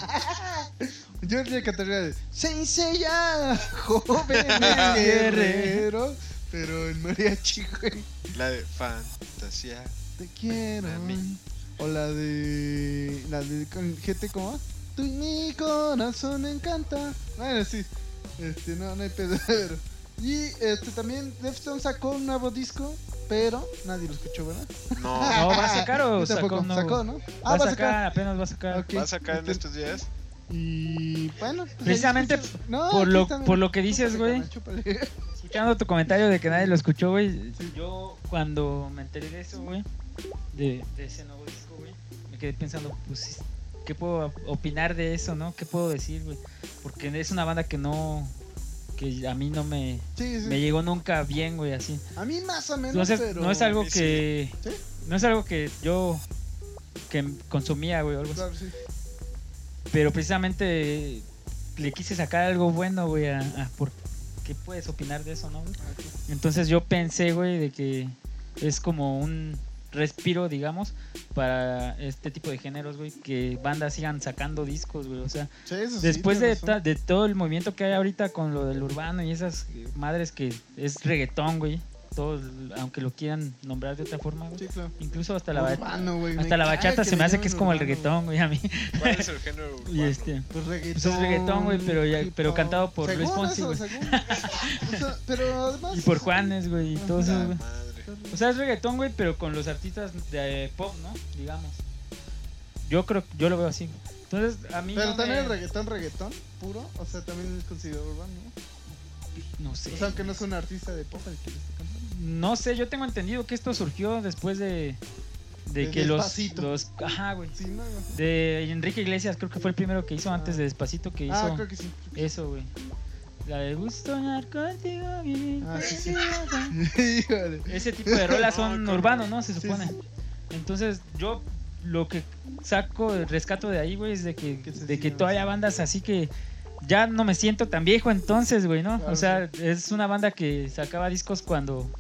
Speaker 1: Yo le cantaría de Sensei ya, jóvenes guerreros. Pero en mariachi, güey,
Speaker 3: La de Fantasía.
Speaker 1: te quiero.
Speaker 3: A mí.
Speaker 1: O la de. La de con gente como. Tú y mi corazón encanta. Bueno, sí. Este, no, no hay pedo. pero- Y este también Deftones sacó un nuevo disco, pero nadie lo escuchó, ¿verdad?
Speaker 3: No,
Speaker 1: Ah,
Speaker 2: No, ¿va a sacar o
Speaker 1: Yo tampoco.
Speaker 2: Oh, sacó un nuevo?
Speaker 1: Sacó, ¿no? Ah,
Speaker 2: va a sacar, apenas va a sacar.
Speaker 1: Ok.
Speaker 3: ¿va a sacar en
Speaker 1: Este-
Speaker 3: estos días?
Speaker 1: Y bueno, pues ahí
Speaker 2: Precisamente
Speaker 1: escuchas- No,
Speaker 2: por
Speaker 1: aquí
Speaker 2: lo-
Speaker 1: está, mira.
Speaker 2: por lo que dices,
Speaker 1: Chúpale,
Speaker 2: güey.
Speaker 1: carnal, chúpale.
Speaker 2: Escuchando tu comentario de que nadie lo escuchó, güey. Yo cuando me enteré de eso, güey, de, de ese nuevo disco, güey, me quedé pensando, pues, ¿qué puedo opinar de eso, no? ¿Qué puedo decir, güey? Porque es una banda que no, que a mí no me,
Speaker 1: Sí, sí.
Speaker 2: me llegó nunca bien, güey, así.
Speaker 1: A mí más o menos,
Speaker 2: Entonces,
Speaker 1: pero...
Speaker 2: no es algo
Speaker 3: sí.
Speaker 2: que,
Speaker 1: ¿Sí?
Speaker 2: no es algo que yo que consumía, güey, o algo así.
Speaker 1: Claro, Ah, sí.
Speaker 2: Pero precisamente le quise sacar algo bueno, güey, a, a por qué puedes opinar de eso, ¿no? güey?
Speaker 1: Ah, sí.
Speaker 2: Entonces yo pensé, güey, de que es como un respiro, digamos, para este tipo de géneros, güey, que bandas sigan sacando discos, güey. O sea,
Speaker 1: Sí, eso sí,
Speaker 2: después de,
Speaker 1: tienes
Speaker 2: ta-
Speaker 1: razón.
Speaker 2: de todo el movimiento que hay ahorita con lo del urbano y esas eh, madres que es reggaetón, güey, todos, aunque lo quieran nombrar de otra forma, güey.
Speaker 1: Sí, claro.
Speaker 2: Incluso hasta la, ba-
Speaker 1: Urbano, güey,
Speaker 2: hasta la
Speaker 1: caga
Speaker 2: bachata se me hace
Speaker 1: llamen
Speaker 2: que es como el
Speaker 1: urbano, güey.
Speaker 2: reggaetón, güey, a mí.
Speaker 3: ¿Cuál es el género urbano?
Speaker 2: Y este...
Speaker 1: Pues reggaetón.
Speaker 2: Pues es reggaetón, güey, pero ya- pero
Speaker 1: hip-hop.
Speaker 2: cantado por
Speaker 1: Según
Speaker 2: Luis Fonsi,
Speaker 1: eso,
Speaker 2: güey.
Speaker 1: según- o sea, pero además...
Speaker 2: Y por eh. Juanes, güey, y todo eso,
Speaker 3: La
Speaker 2: güey.
Speaker 3: madre.
Speaker 2: O sea, es reggaetón, güey, pero con los artistas de pop, ¿no? Digamos. Yo creo, yo lo veo así. Entonces, a mí
Speaker 1: Pero
Speaker 2: no
Speaker 1: también
Speaker 2: me-
Speaker 1: el reggaetón, reggaetón puro, o sea, también es considerado urbano, ¿no?
Speaker 2: No sé.
Speaker 1: O sea, aunque no es un artista de pop el que lo está cantando.
Speaker 2: no sé, yo tengo entendido que esto surgió después de de
Speaker 1: De
Speaker 2: que los
Speaker 1: Despacito.
Speaker 2: los ajá, güey.
Speaker 1: Sí, no, no.
Speaker 2: De Enrique Iglesias, creo que fue el primero que hizo antes
Speaker 1: Ah.
Speaker 2: de Despacito que hizo
Speaker 1: Ah, creo que sí.
Speaker 2: eso, güey. La de gusto soñar contigo, vivir
Speaker 1: Ah, sí, sí.
Speaker 2: contigo, güey".
Speaker 1: Híjole.
Speaker 2: ese tipo de rolas
Speaker 3: No,
Speaker 2: son
Speaker 3: claro.
Speaker 2: urbanos, ¿no? Se
Speaker 1: Sí,
Speaker 2: supone.
Speaker 1: sí.
Speaker 2: Entonces, yo lo que saco, rescato de ahí, güey, es de que,
Speaker 1: Que se
Speaker 2: de que
Speaker 1: sigan
Speaker 2: todavía
Speaker 1: haciendo.
Speaker 2: bandas así que ya no me siento tan viejo entonces, güey, ¿no?
Speaker 1: Claro,
Speaker 2: o sea, es una banda que sacaba discos cuando,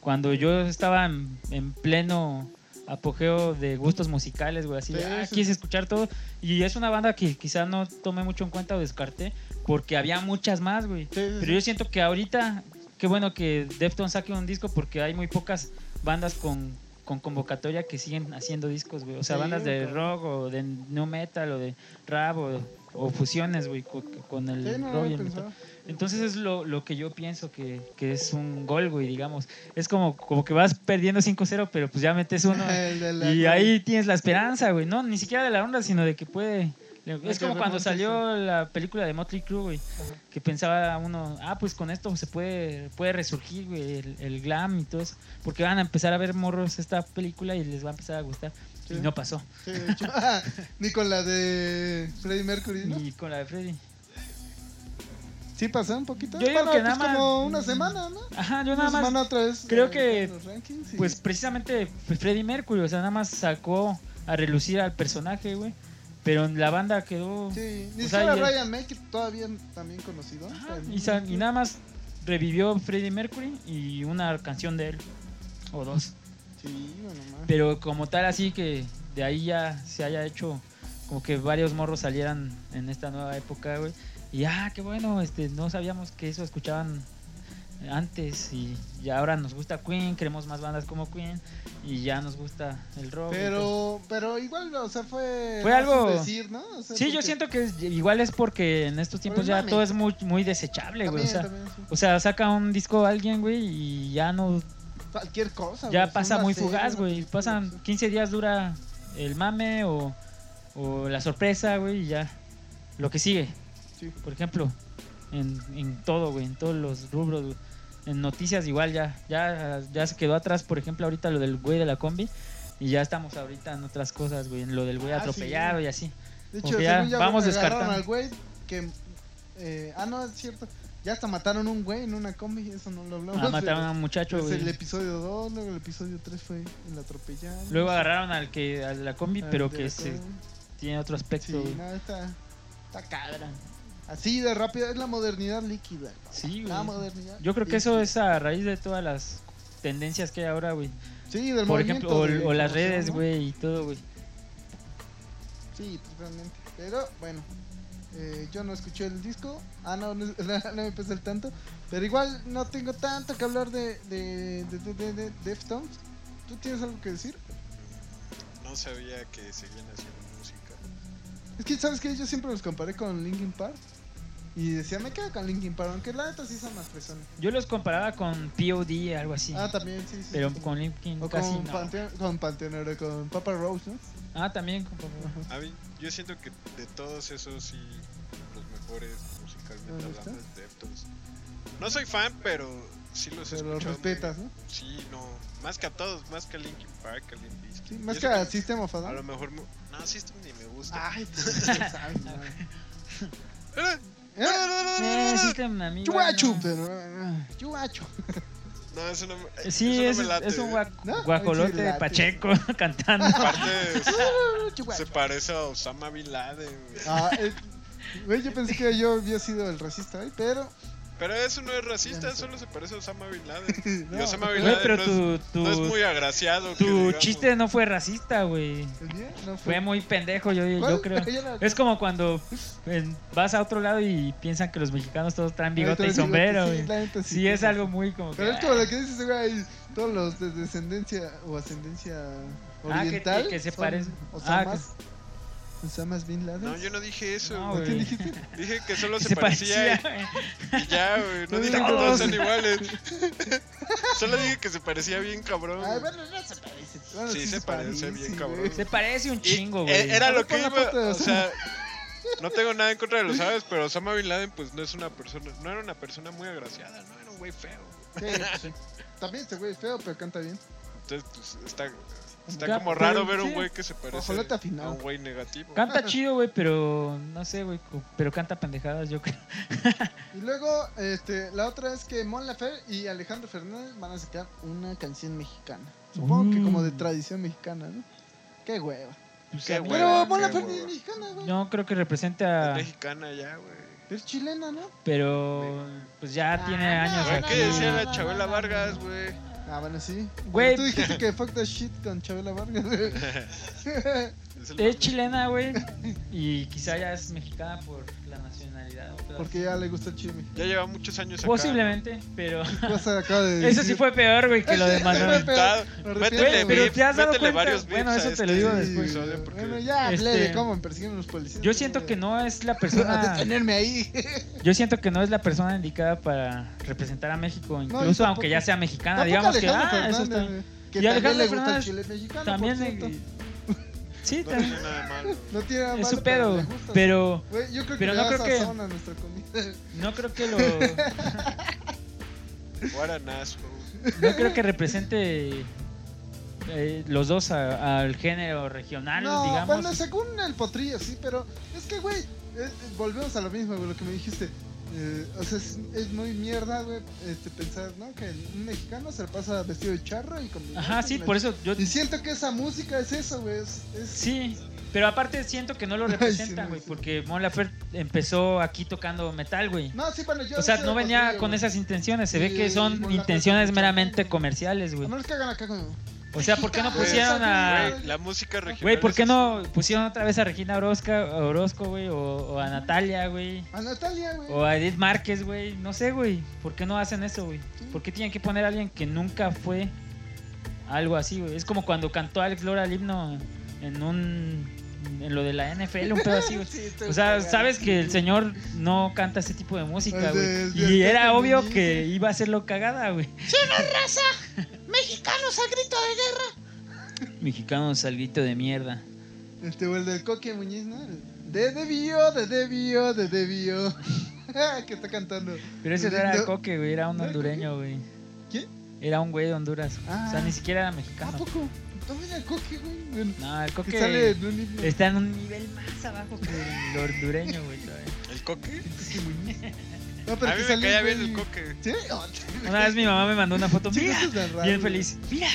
Speaker 2: cuando yo estaba en, en pleno apogeo de gustos musicales, güey, así, de,
Speaker 1: Sí,
Speaker 2: ah,
Speaker 1: sí,
Speaker 2: quise
Speaker 1: sí.
Speaker 2: escuchar todo. Y es una banda que quizá no tomé mucho en cuenta o descarté, porque había muchas más, güey.
Speaker 1: Sí, sí,
Speaker 2: Pero yo siento que ahorita, qué bueno que Deftones saque un disco porque hay muy pocas bandas con, con convocatoria que siguen haciendo discos, güey. O sea,
Speaker 1: Sí,
Speaker 2: bandas de
Speaker 1: güey.
Speaker 2: rock o de new metal o de rap o, o fusiones, güey, co- con, el
Speaker 1: Sí, no lo
Speaker 2: rock y
Speaker 1: había
Speaker 2: el metal.
Speaker 1: pensado.
Speaker 2: Entonces es lo, lo que yo pienso que, que es un gol, güey, digamos. Es como, como que vas perdiendo 5-0, pero pues ya metes uno.
Speaker 1: El de la-
Speaker 2: Y ahí tienes la esperanza, güey. No, ni siquiera de la onda, sino de que puede. le-
Speaker 1: que
Speaker 2: Es como cuando
Speaker 1: remontes,
Speaker 2: salió la película de Motley Crue, güey. Que pensaba uno, ah, pues con esto se puede, puede resurgir, güey, el, el glam y todo eso. Porque van a empezar a ver morros esta película y les va a empezar a gustar.
Speaker 1: Sí.
Speaker 2: Y no pasó.
Speaker 1: Sí, de hecho. Ah, Ni con la de Freddie Mercury, ¿no?
Speaker 2: Y con la de Freddy.
Speaker 1: Sí, pasó un poquito.
Speaker 2: Yo digo
Speaker 1: Bueno,
Speaker 2: que
Speaker 1: pues
Speaker 2: nada más-
Speaker 1: como una semana, ¿no?
Speaker 2: Ajá, yo
Speaker 1: una
Speaker 2: nada más.
Speaker 1: semana otra vez.
Speaker 2: creo
Speaker 1: eh,
Speaker 2: que,
Speaker 1: los rankings y-
Speaker 2: Pues precisamente fue Freddie Mercury, o sea, nada más sacó a relucir al personaje, güey. Pero en la banda quedó.
Speaker 1: Sí, ni
Speaker 2: o sea,
Speaker 1: siquiera
Speaker 2: y-
Speaker 1: Ryan May, que todavía también conocido.
Speaker 2: Ajá,
Speaker 1: también.
Speaker 2: y, sa- y nada más revivió Freddie Mercury y una canción de él. O dos.
Speaker 1: Ah. Sí, bueno, más.
Speaker 2: Pero como tal, así que de ahí ya se haya hecho como que varios morros salieran en esta nueva época, güey. Y ah, qué bueno, este, no sabíamos que eso escuchaban antes y ya ahora nos gusta Queen, queremos más bandas como Queen y ya nos gusta el rock. entonces-
Speaker 1: Pero, pero igual, o sea, fue.
Speaker 2: pues, Fue algo-
Speaker 1: decir, ¿no? O sea,
Speaker 2: sí, yo
Speaker 1: porque-
Speaker 2: siento que es- igual es porque en estos tiempos
Speaker 1: el
Speaker 2: ya
Speaker 1: mame.
Speaker 2: todo es muy muy desechable, güey.
Speaker 1: También,
Speaker 2: O sea,
Speaker 1: también, sí.
Speaker 2: o sea, saca un disco alguien, güey, y ya no
Speaker 1: Cualquier cosa.
Speaker 2: ya
Speaker 1: güey,
Speaker 2: pasa
Speaker 1: una
Speaker 2: muy
Speaker 1: serie,
Speaker 2: fugaz,
Speaker 1: una
Speaker 2: güey.
Speaker 1: película,
Speaker 2: Pasan
Speaker 1: sí.
Speaker 2: 15 días dura el mame o, o la sorpresa, güey, y ya. Lo que sigue.
Speaker 1: Sí.
Speaker 2: Por ejemplo, en, en todo, güey, en todos los rubros, güey. En noticias igual ya, ya, ya se quedó atrás, por ejemplo, ahorita lo del güey de la combi. Y ya estamos ahorita en otras cosas, güey, en lo del güey
Speaker 1: Ah, sí.
Speaker 2: atropellado y así.
Speaker 1: De
Speaker 2: Como
Speaker 1: hecho,
Speaker 2: que ya
Speaker 1: según ya
Speaker 2: vamos
Speaker 1: vamos agarraron
Speaker 2: descartando.
Speaker 1: al güey que. eh, ah, no, es cierto. Ya hasta mataron un güey en una combi, eso no lo hablamos.
Speaker 2: Ah, mataron a un
Speaker 1: pero-
Speaker 2: muchacho,
Speaker 1: es el
Speaker 2: güey.
Speaker 1: episodio 2, luego el episodio 3 fue el atropellado.
Speaker 2: Luego agarraron al que, a la combi,
Speaker 1: Al
Speaker 2: pero
Speaker 1: de
Speaker 2: que
Speaker 1: la
Speaker 2: se,
Speaker 1: combi.
Speaker 2: tiene otro
Speaker 1: Sí,
Speaker 2: aspecto, güey.
Speaker 1: no, está. Está cabra. Así de rápido, es la modernidad líquida. cabrón.
Speaker 2: Sí,
Speaker 1: La
Speaker 2: güey.
Speaker 1: modernidad.
Speaker 2: Yo creo que eso
Speaker 1: líquida.
Speaker 2: es a raíz de todas las tendencias que hay ahora, güey.
Speaker 1: Sí, del
Speaker 2: Por ejemplo, o,
Speaker 1: movimiento de
Speaker 2: o las
Speaker 1: información,
Speaker 2: redes,
Speaker 1: ¿no?
Speaker 2: güey, y todo, güey.
Speaker 1: Sí, totalmente. Pero bueno, eh, yo no escuché el disco. Ah, no, no, no me puse el tanto. Pero igual no tengo tanto que hablar de, de, de, de, de- de Deftones. ¿Tú tienes algo que decir?
Speaker 3: No sabía que seguían haciendo música.
Speaker 1: Es que, ¿sabes qué? Yo siempre los comparé con Linkin Park. Y decía, me quedo con Linkin Park, aunque la neta sí son más personas.
Speaker 2: Yo los comparaba con POD, algo así.
Speaker 1: Ah, también, sí, sí.
Speaker 2: pero
Speaker 1: sí.
Speaker 2: con Linkin
Speaker 1: O
Speaker 2: casi
Speaker 1: con
Speaker 2: no.
Speaker 1: Panteón, con Panteón, era con Papa Rose, ¿no?
Speaker 2: Ah, también con Papa Roach.
Speaker 3: A mí, yo siento que de todos esos sí, los mejores musicalmente
Speaker 1: ¿Te gusta?
Speaker 3: hablando es Deftones. No soy fan, pero sí los he
Speaker 1: Pero los
Speaker 3: escuchado muy
Speaker 1: respetas, ¿no?
Speaker 3: bien. Sí, no, más que a todos, más que a Linkin Park, a Limp Bizkit.
Speaker 1: Sí,
Speaker 3: Y
Speaker 1: más
Speaker 3: eso
Speaker 1: que
Speaker 3: que
Speaker 1: a System of a
Speaker 3: A lo
Speaker 1: Down. Ah.
Speaker 3: mejor, mu- no, System ni me gusta.
Speaker 1: Ay, tú sabes, madre.
Speaker 3: ¡Eh!
Speaker 1: ¿Eh?
Speaker 2: Eh, System, a mí, güey,
Speaker 1: Chuachu,
Speaker 2: no.
Speaker 1: pero. ah, Chuachu.
Speaker 3: No, eso no me, eh,
Speaker 2: Sí,
Speaker 3: eso no
Speaker 2: es,
Speaker 3: me late.
Speaker 2: es un
Speaker 3: eh.
Speaker 2: guac-
Speaker 1: ¿No?
Speaker 2: guajolote
Speaker 1: Sí,
Speaker 2: de
Speaker 1: late.
Speaker 2: Pacheco cantando.
Speaker 3: Aparte, se
Speaker 1: Chuachu.
Speaker 3: parece a Osama Bin Laden, güey.
Speaker 1: Ah, eh, güey, yo pensé que yo había sido el racista hoy, pero.
Speaker 3: Pero eso no es
Speaker 1: Ya
Speaker 3: racista,
Speaker 1: no sé.
Speaker 3: solo se parece a Osama Bin Laden.
Speaker 1: no,
Speaker 3: Y Osama Bin
Speaker 2: Güey,
Speaker 3: Laden
Speaker 2: pero
Speaker 3: no,
Speaker 2: tu,
Speaker 3: es,
Speaker 2: tu,
Speaker 3: no es muy agraciado. que
Speaker 2: tu
Speaker 3: digamos.
Speaker 2: chiste no fue racista, güey.
Speaker 1: ¿el día? No
Speaker 2: Fue muy pendejo, yo,
Speaker 1: ¿Cuál?
Speaker 2: yo creo.
Speaker 1: Ya la-
Speaker 2: Es como cuando en- vas a otro lado y piensan que los mexicanos todos traen
Speaker 1: Ahorita
Speaker 2: bigote y
Speaker 1: es bigote,
Speaker 2: sombrero,
Speaker 1: sí,
Speaker 2: güey.
Speaker 1: la neta
Speaker 2: Sí, es algo muy como que.
Speaker 1: Pero es como lo que dices, güey, todos los de descendencia o ascendencia
Speaker 2: Ah, que-
Speaker 1: oriental.
Speaker 2: que se
Speaker 1: son
Speaker 2: parecen. Ah,
Speaker 1: Osamas. Osamas Bin Laden.
Speaker 3: No, yo no dije eso.
Speaker 2: No,
Speaker 3: güey.
Speaker 1: ¿Qué
Speaker 2: güey.
Speaker 1: dijiste?
Speaker 3: Dije que solo
Speaker 2: que
Speaker 3: se, parecía, ¿eh? y ya, güey.
Speaker 1: No
Speaker 3: No dije que
Speaker 1: digas
Speaker 3: todos
Speaker 2: todos.
Speaker 3: son iguales. solo dije que se parecía bien cabrón.
Speaker 1: Ay,
Speaker 3: güey.
Speaker 1: bueno, no se parece. Bueno,
Speaker 3: Sí, se parece bien,
Speaker 1: güey.
Speaker 3: cabrón.
Speaker 2: Se parece un
Speaker 3: Y-
Speaker 2: chingo,
Speaker 3: eh,
Speaker 2: güey.
Speaker 3: Era
Speaker 1: Solo
Speaker 3: lo que
Speaker 1: pon la
Speaker 3: iba,
Speaker 1: foto de
Speaker 3: o
Speaker 1: Osama.
Speaker 3: sea... No tengo nada en contra de los árabes, pero Osama Bin Laden pues no es una persona, no era una persona muy agraciada, no era un güey feo.
Speaker 1: Sí, pues sí. También este güey es feo, pero canta bien.
Speaker 3: Entonces pues está, está
Speaker 2: Ca-
Speaker 3: como
Speaker 2: pero,
Speaker 3: raro ver un
Speaker 2: pues, sí.
Speaker 3: güey que se parece
Speaker 1: Ojalá te afinado.
Speaker 3: a un güey negativo.
Speaker 2: Canta chido, güey, pero no sé, güey. co- Pero canta pendejadas, yo creo.
Speaker 1: Y luego, este, la otra es que Mon Laferte y Alejandro Fernández van a sacar una canción mexicana. Supongo que como de
Speaker 2: Mm.
Speaker 1: tradición mexicana, ¿no? Qué hueva.
Speaker 2: Pues,
Speaker 3: Qué
Speaker 2: a mí-
Speaker 3: hueva.
Speaker 1: Pero Mon
Speaker 3: qué
Speaker 1: Laferte es
Speaker 3: hueva.
Speaker 1: mexicana, güey.
Speaker 2: No creo que
Speaker 3: Es
Speaker 2: representa.
Speaker 3: mexicana ya, güey.
Speaker 1: Es chilena, ¿no?
Speaker 2: Pero. Pues ya
Speaker 1: Ah,
Speaker 2: tiene
Speaker 1: no,
Speaker 2: años
Speaker 3: Güey, ¿Qué decía
Speaker 2: aquí.
Speaker 3: la Chabela Vargas, güey?
Speaker 1: Ah, bueno, sí.
Speaker 2: Güey.
Speaker 1: Pero Tú dijiste que fuck the shit con Chabela Vargas.
Speaker 3: Es
Speaker 2: Es
Speaker 3: el mame.
Speaker 2: chilena, güey. Y quizá ya es mexicana por la nacionalidad. o
Speaker 1: Porque ya le gusta el chisme.
Speaker 3: Ya lleva muchos años acá.
Speaker 2: Posiblemente, pero.
Speaker 1: Cosa acaba de
Speaker 2: Eso sí
Speaker 1: decir.
Speaker 2: fue peor, güey, que lo de Manuel.
Speaker 3: Inventado.
Speaker 1: Pero
Speaker 3: Métele,
Speaker 1: Güey,
Speaker 2: pero
Speaker 3: beef,
Speaker 2: ¿te has dado
Speaker 3: métele
Speaker 2: cuenta?
Speaker 3: varios
Speaker 2: Bueno,
Speaker 3: beefs a
Speaker 2: eso te lo
Speaker 3: este
Speaker 2: digo
Speaker 1: Sí,
Speaker 2: después.
Speaker 3: episodio porque-
Speaker 1: Bueno, ya hablé
Speaker 2: Este-
Speaker 1: de cómo me persiguen los policías.
Speaker 2: Yo siento que no es la
Speaker 1: A
Speaker 2: persona.
Speaker 1: detenerme ahí.
Speaker 2: Yo siento que no es la persona indicada para representar a México, incluso
Speaker 1: tampoco-
Speaker 2: aunque ya sea mexicana,
Speaker 1: Tampoco
Speaker 2: digamos que
Speaker 1: Alejandro
Speaker 2: ah, eso
Speaker 1: Fernández,
Speaker 2: está-
Speaker 1: güey, que
Speaker 2: Y
Speaker 1: también
Speaker 2: Alejandro
Speaker 1: le gusta
Speaker 2: Fernández
Speaker 1: el chile mexicano.
Speaker 2: también
Speaker 1: por cierto.
Speaker 2: sí,
Speaker 3: No
Speaker 2: también
Speaker 3: tiene nada de malo.
Speaker 1: No tiene nada
Speaker 2: es su
Speaker 1: malo, pero
Speaker 2: pedo,
Speaker 1: le gusta.
Speaker 2: pero
Speaker 1: Güey, yo creo que
Speaker 2: pero
Speaker 1: le
Speaker 2: no
Speaker 1: da
Speaker 2: creo que-
Speaker 1: sazón a nuestra comida.
Speaker 2: no creo que lo no
Speaker 3: What an asshole.
Speaker 2: creo que represente eh, los dos a- al género regional,
Speaker 1: No,
Speaker 2: Ah, digamos.
Speaker 1: bueno, según el potrillo, sí, pero es que, güey, eh, volvemos a lo mismo, güey, lo que me dijiste. Eh, o sea, es, es muy mierda, güey, este, pensar, ¿no? Que un mexicano se la pasa vestido de charro y con...
Speaker 2: Ajá, sí, por eso yo
Speaker 1: Y siento que esa música es eso, güey, es... es-
Speaker 2: sí, pero aparte siento que no lo
Speaker 1: Ay, sí,
Speaker 2: representan,
Speaker 1: no,
Speaker 2: güey,
Speaker 1: sí.
Speaker 2: porque Mon Laferte empezó aquí tocando metal, güey.
Speaker 1: No, sí, bueno, yo...
Speaker 2: O sea,
Speaker 1: sí
Speaker 2: no
Speaker 1: lo
Speaker 2: venía
Speaker 1: potrillo,
Speaker 2: con
Speaker 1: güey.
Speaker 2: esas intenciones, se ve
Speaker 1: Sí,
Speaker 2: que
Speaker 1: Mon
Speaker 2: son
Speaker 1: Laferte
Speaker 2: intenciones
Speaker 1: escucha-
Speaker 2: meramente comerciales,
Speaker 1: A
Speaker 2: güey.
Speaker 1: menos Ah, que hagan acá con...
Speaker 2: O sea, ¿por qué no
Speaker 1: Güey,
Speaker 2: pusieron a.
Speaker 3: Güey, la música regional.
Speaker 2: Ah. Güey, ¿por
Speaker 3: es
Speaker 2: qué no
Speaker 3: así.
Speaker 2: pusieron otra vez a Regina Orozca, Orozco, güey? O, o a Natalia, güey.
Speaker 1: A Natalia, güey.
Speaker 2: O a Edith Márquez, güey. No sé, güey. ¿Por qué no hacen eso, güey? ¿Por qué tienen que poner a alguien que nunca fue algo así, güey? Es como cuando cantó Alex Lora el himno en un. En lo de la NFL, un pedo así, güey.
Speaker 1: Sí, te
Speaker 2: O sea,
Speaker 1: pegas,
Speaker 2: sabes que el
Speaker 1: sí.
Speaker 2: señor no canta ese tipo de música,
Speaker 1: Así es,
Speaker 2: güey.
Speaker 1: ya
Speaker 2: Y
Speaker 1: está
Speaker 2: era
Speaker 1: como
Speaker 2: obvio
Speaker 1: dice.
Speaker 6: ¿eh?
Speaker 2: que iba a hacerlo cagada, güey.
Speaker 6: Mexicanos a grito de guerra.
Speaker 2: Mexicano salguito de mierda.
Speaker 1: Este, o el del Coque Muñiz, ¿no? El De debió, de debió, de debió. que está cantando.
Speaker 2: Pero ese no
Speaker 1: Lindo.
Speaker 2: era Coque, güey, era un
Speaker 1: ¿No era
Speaker 2: hondureño, güey.
Speaker 1: ¿Quién?
Speaker 2: Era un güey de Honduras.
Speaker 1: Ah.
Speaker 2: O sea, ni siquiera era
Speaker 1: ¿A
Speaker 2: mexicano.
Speaker 1: poco? No era el Coque, güey. Bueno,
Speaker 2: No, el
Speaker 1: que sale
Speaker 2: Coque
Speaker 1: en un himno.
Speaker 2: está en un nivel más abajo que el hondureño, güey. todavía.
Speaker 3: ¿El coque?
Speaker 1: No,
Speaker 3: A
Speaker 1: pero
Speaker 3: mí
Speaker 1: que
Speaker 3: me
Speaker 1: sale
Speaker 3: caía
Speaker 1: un
Speaker 3: bien
Speaker 1: güey-
Speaker 3: el coque.
Speaker 1: ¿Sí? oh,
Speaker 2: Una vez mi mamá me mandó una foto
Speaker 1: Sí, no
Speaker 2: mía,
Speaker 1: estás tan raro,
Speaker 2: Pues bien
Speaker 1: güey.
Speaker 2: feliz. Mira,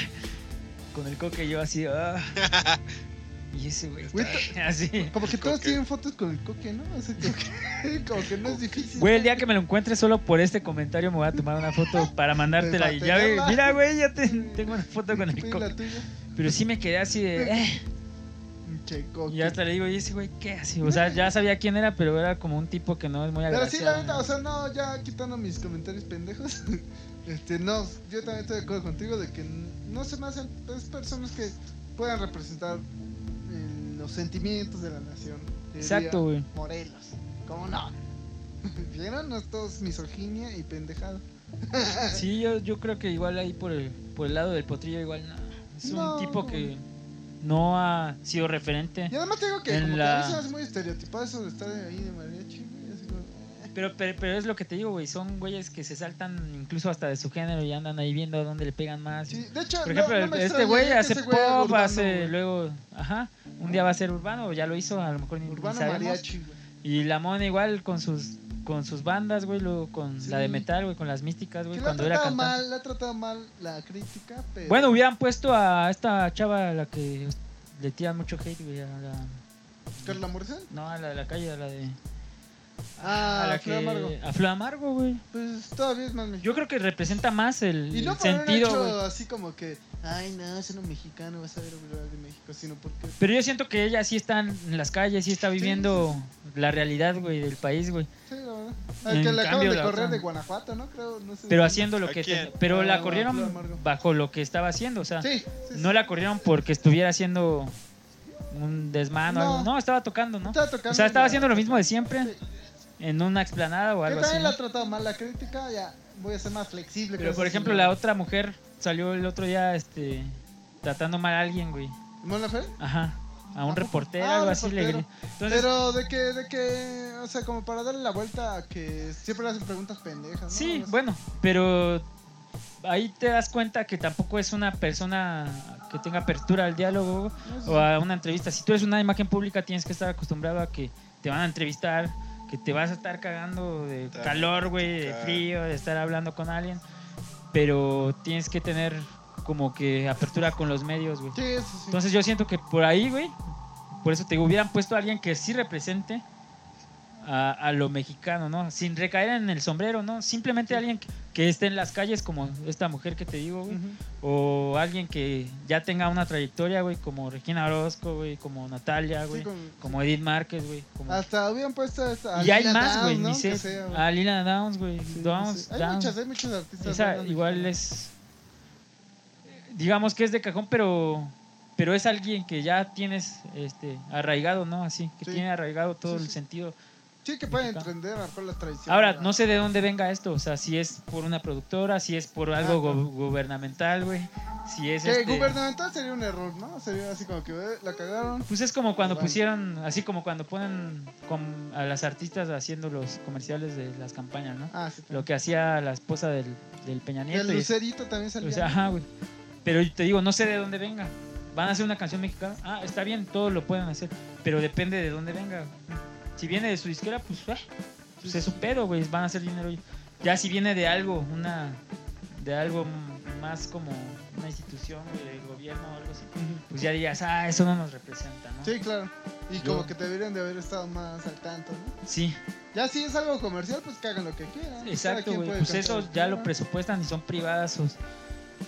Speaker 2: con el Coque yo así. ah. Y ese güey,
Speaker 1: Güey, to-
Speaker 2: así.
Speaker 1: Como que todos
Speaker 3: Coque.
Speaker 1: tienen fotos con el coque, ¿no? O sea, como que, como que no es difícil.
Speaker 2: Güey, el día que me lo encuentre solo por este comentario me voy a tomar una foto para mandártela. Y ya, ve-
Speaker 1: tenerla.
Speaker 2: mira, güey, ya te- tengo una foto con el
Speaker 1: Sí, Pues la
Speaker 2: Coque.
Speaker 1: tuya.
Speaker 2: Pero sí me quedé así de. eh.
Speaker 1: Che, coque.
Speaker 2: Y hasta le digo, ¿y ese güey qué así? O sea, ya sabía quién era, pero era como un tipo que no es muy
Speaker 1: Pero sí, la
Speaker 2: agraciado.
Speaker 1: neta, o sea, no, ya quitando mis comentarios pendejos. Este, no, yo también estoy de acuerdo contigo de que n- no se me hacen pues, personas que puedan representar eh, los sentimientos de la nación. Diría
Speaker 2: Exacto, güey.
Speaker 1: Morelos, ¿cómo no? ¿Vieron? No es todos misoginia y pendejada. Ah.
Speaker 2: Sí, yo, yo creo que igual ahí por el, por el lado del potrillo, igual no. Es
Speaker 1: No,
Speaker 2: un tipo
Speaker 1: no.
Speaker 2: que no ha sido referente.
Speaker 1: Y además te digo que
Speaker 2: En
Speaker 1: como que a
Speaker 2: la-
Speaker 1: mí se me hace muy estereotipado eso de estar ahí de mariachi, güey, así como, eh.
Speaker 2: Pero, pero, pero es lo que te digo, güey. Son güeyes que se saltan incluso hasta de su género y andan ahí viendo a dónde le pegan más.
Speaker 1: Sí, de hecho,
Speaker 2: Por
Speaker 1: no-
Speaker 2: ejemplo,
Speaker 1: no me
Speaker 2: este
Speaker 1: extrañaría
Speaker 2: güey
Speaker 1: que
Speaker 2: hace
Speaker 1: ese
Speaker 2: pop,
Speaker 1: urbano,
Speaker 2: hace
Speaker 1: güey.
Speaker 2: luego. Ajá. Un día va a ser urbano, ya lo hizo, a lo mejor ni, ni
Speaker 1: Urbano
Speaker 2: sabemos.
Speaker 1: mariachi, güey.
Speaker 2: Y la Mona igual con sus con sus bandas, güey, luego con
Speaker 1: Sí.
Speaker 2: la de metal, güey, con las místicas, güey,
Speaker 1: Que la ha
Speaker 2: cuando era
Speaker 1: tratado
Speaker 2: cantante.
Speaker 1: mal, la ha tratado mal la crítica, pero...
Speaker 2: Bueno, hubieran puesto a esta chava a la que le tiran mucho hate, güey, a la
Speaker 1: ¿Carla Morrison?
Speaker 2: no, a la de la calle, a la de
Speaker 1: Ah,
Speaker 2: a la
Speaker 1: Fran Amargo.
Speaker 2: a Flor Amargo, güey.
Speaker 1: Pues todavía es más mexicano.
Speaker 2: Yo creo que representa más el,
Speaker 1: Y no
Speaker 2: el
Speaker 1: por haber
Speaker 2: sentido,
Speaker 1: hecho
Speaker 2: güey.
Speaker 1: así como que, ay, no, es un mexicano, vas a ver obrar de México, sino porque...
Speaker 2: Pero yo siento que ella sí está en las calles, sí está viviendo la realidad, güey, del país, güey.
Speaker 1: Sí, la verdad. Al que
Speaker 2: En
Speaker 1: le acaban
Speaker 2: cambio,
Speaker 1: de
Speaker 2: la
Speaker 1: correr
Speaker 2: otra-
Speaker 1: de Guanajuato, ¿no? Creo, no sé.
Speaker 2: Pero haciendo lo
Speaker 3: ¿A
Speaker 2: que...
Speaker 3: quién?
Speaker 2: pero
Speaker 1: Ah,
Speaker 2: la
Speaker 1: a Flor Amargo.
Speaker 2: corrieron bajo lo que estaba haciendo, o sea...
Speaker 1: Sí, sí, sí.
Speaker 2: No la corrieron porque estuviera haciendo un desmán o
Speaker 1: No.
Speaker 2: algo. No, estaba tocando, ¿no?
Speaker 1: Estaba tocando
Speaker 2: O sea, estaba
Speaker 1: la-
Speaker 2: haciendo lo mismo de siempre
Speaker 1: Sí.
Speaker 2: en una explanada o
Speaker 1: Que
Speaker 2: algo
Speaker 1: también
Speaker 2: así.
Speaker 1: la
Speaker 2: ¿no?
Speaker 1: ha tratado mal la crítica, ya voy a ser más flexible.
Speaker 2: Pero
Speaker 1: con
Speaker 2: por
Speaker 1: eso,
Speaker 2: ejemplo,
Speaker 1: sí,
Speaker 2: la
Speaker 1: ¿no?
Speaker 2: otra mujer salió el otro día este tratando mal a alguien, güey.
Speaker 1: ¿Mona Fe?
Speaker 2: Ajá. A un
Speaker 1: Ah,
Speaker 2: reportero,
Speaker 1: ah,
Speaker 2: algo así. le
Speaker 1: reportero.
Speaker 2: gri- Entonces,
Speaker 1: Pero de que, de que, o sea, como para darle la vuelta a que siempre le hacen preguntas pendejas, ¿no? O
Speaker 2: sí,
Speaker 1: sea,
Speaker 2: bueno, pero ahí te das cuenta que tampoco es una persona que tenga apertura al diálogo
Speaker 1: no sé.
Speaker 2: o a una entrevista. Si tú eres una imagen pública, tienes que estar acostumbrado a que te van a entrevistar, que te vas a estar cagando de
Speaker 3: Ta-
Speaker 2: calor, güey, de
Speaker 3: ta-
Speaker 2: frío, de estar hablando con alguien. Pero tienes que tener como que apertura con los medios, güey.
Speaker 1: Sí, eso sí.
Speaker 2: Entonces yo siento que por ahí, güey, por eso te digo, hubieran puesto a alguien que sí represente a, a lo mexicano, ¿no? Sin recaer en el sombrero, ¿no? Simplemente alguien que, que esté en las calles como esta mujer que te digo, güey
Speaker 1: Ujú.
Speaker 2: o alguien que ya tenga una trayectoria, güey, como Regina Orozco, güey, como Natalia,
Speaker 1: Sí,
Speaker 2: güey,
Speaker 1: con-
Speaker 2: como Edith Márquez, güey. como-
Speaker 1: Hasta hubieran puesto esta. a
Speaker 2: Y hay
Speaker 1: Lila
Speaker 2: más,
Speaker 1: Downs,
Speaker 2: güey,
Speaker 1: ¿no?
Speaker 2: ni
Speaker 1: Que
Speaker 2: sé.
Speaker 1: sea, güey.
Speaker 2: A Lila Downs, güey.
Speaker 1: Sí,
Speaker 2: Downs,
Speaker 1: sí, sí. Hay
Speaker 2: Downs.
Speaker 1: muchas, hay muchos artistas.
Speaker 2: Esa
Speaker 1: buenos
Speaker 2: igual
Speaker 1: mexicanos.
Speaker 2: es. Digamos que es de cajón, pero. Pero es alguien que ya tienes este arraigado, ¿no? Así, que
Speaker 1: Sí.
Speaker 2: tiene arraigado todo
Speaker 1: Sí,
Speaker 2: el
Speaker 1: sí.
Speaker 2: sentido.
Speaker 1: Sí, que pueden
Speaker 2: mexicano.
Speaker 1: entender a lo mejor las tradiciones.
Speaker 2: Ahora,
Speaker 1: ¿verdad?
Speaker 2: no sé de dónde venga esto, o sea, si es por una productora, si es por algo
Speaker 1: no.
Speaker 2: go- gubernamental, güey, si es...
Speaker 1: Que
Speaker 2: este-
Speaker 1: gubernamental sería un error, ¿no? Sería así como que eh, la cagaron.
Speaker 2: Pues es como cuando
Speaker 1: Bueno.
Speaker 2: pusieron, así como cuando ponen con- a las artistas haciendo los comerciales de las campañas, ¿no?
Speaker 1: Ah, sí.
Speaker 2: Lo que hacía la esposa del, del Peña
Speaker 1: Y el
Speaker 2: Nieto. y-
Speaker 1: lucerito también salió.
Speaker 2: o sea, ajá, güey. Pero yo te digo, no sé de dónde venga. ¿Van a hacer una canción mexicana? Ah, está bien, todos lo pueden hacer. Pero depende de dónde venga. güey. Si viene de su disquera, pues, ah, pues es un pedo, güey. Van a hacer dinero. Ya si viene de algo, una. De algo m- más como una institución, güey, del gobierno o algo así. Pues ya dirías, ah, eso no nos representa, ¿no?
Speaker 1: Sí, claro. Y
Speaker 2: Yo-
Speaker 1: como que deberían de haber estado más al tanto, ¿no?
Speaker 2: Sí,
Speaker 1: Ya si es algo comercial, pues que hagan lo que quieran. Cada
Speaker 2: exacto,
Speaker 1: quien
Speaker 2: güey.
Speaker 1: puede
Speaker 2: Pues
Speaker 1: cantar
Speaker 2: eso
Speaker 1: que
Speaker 2: ya lo
Speaker 1: quiera.
Speaker 2: presupuestan y son privadas sus,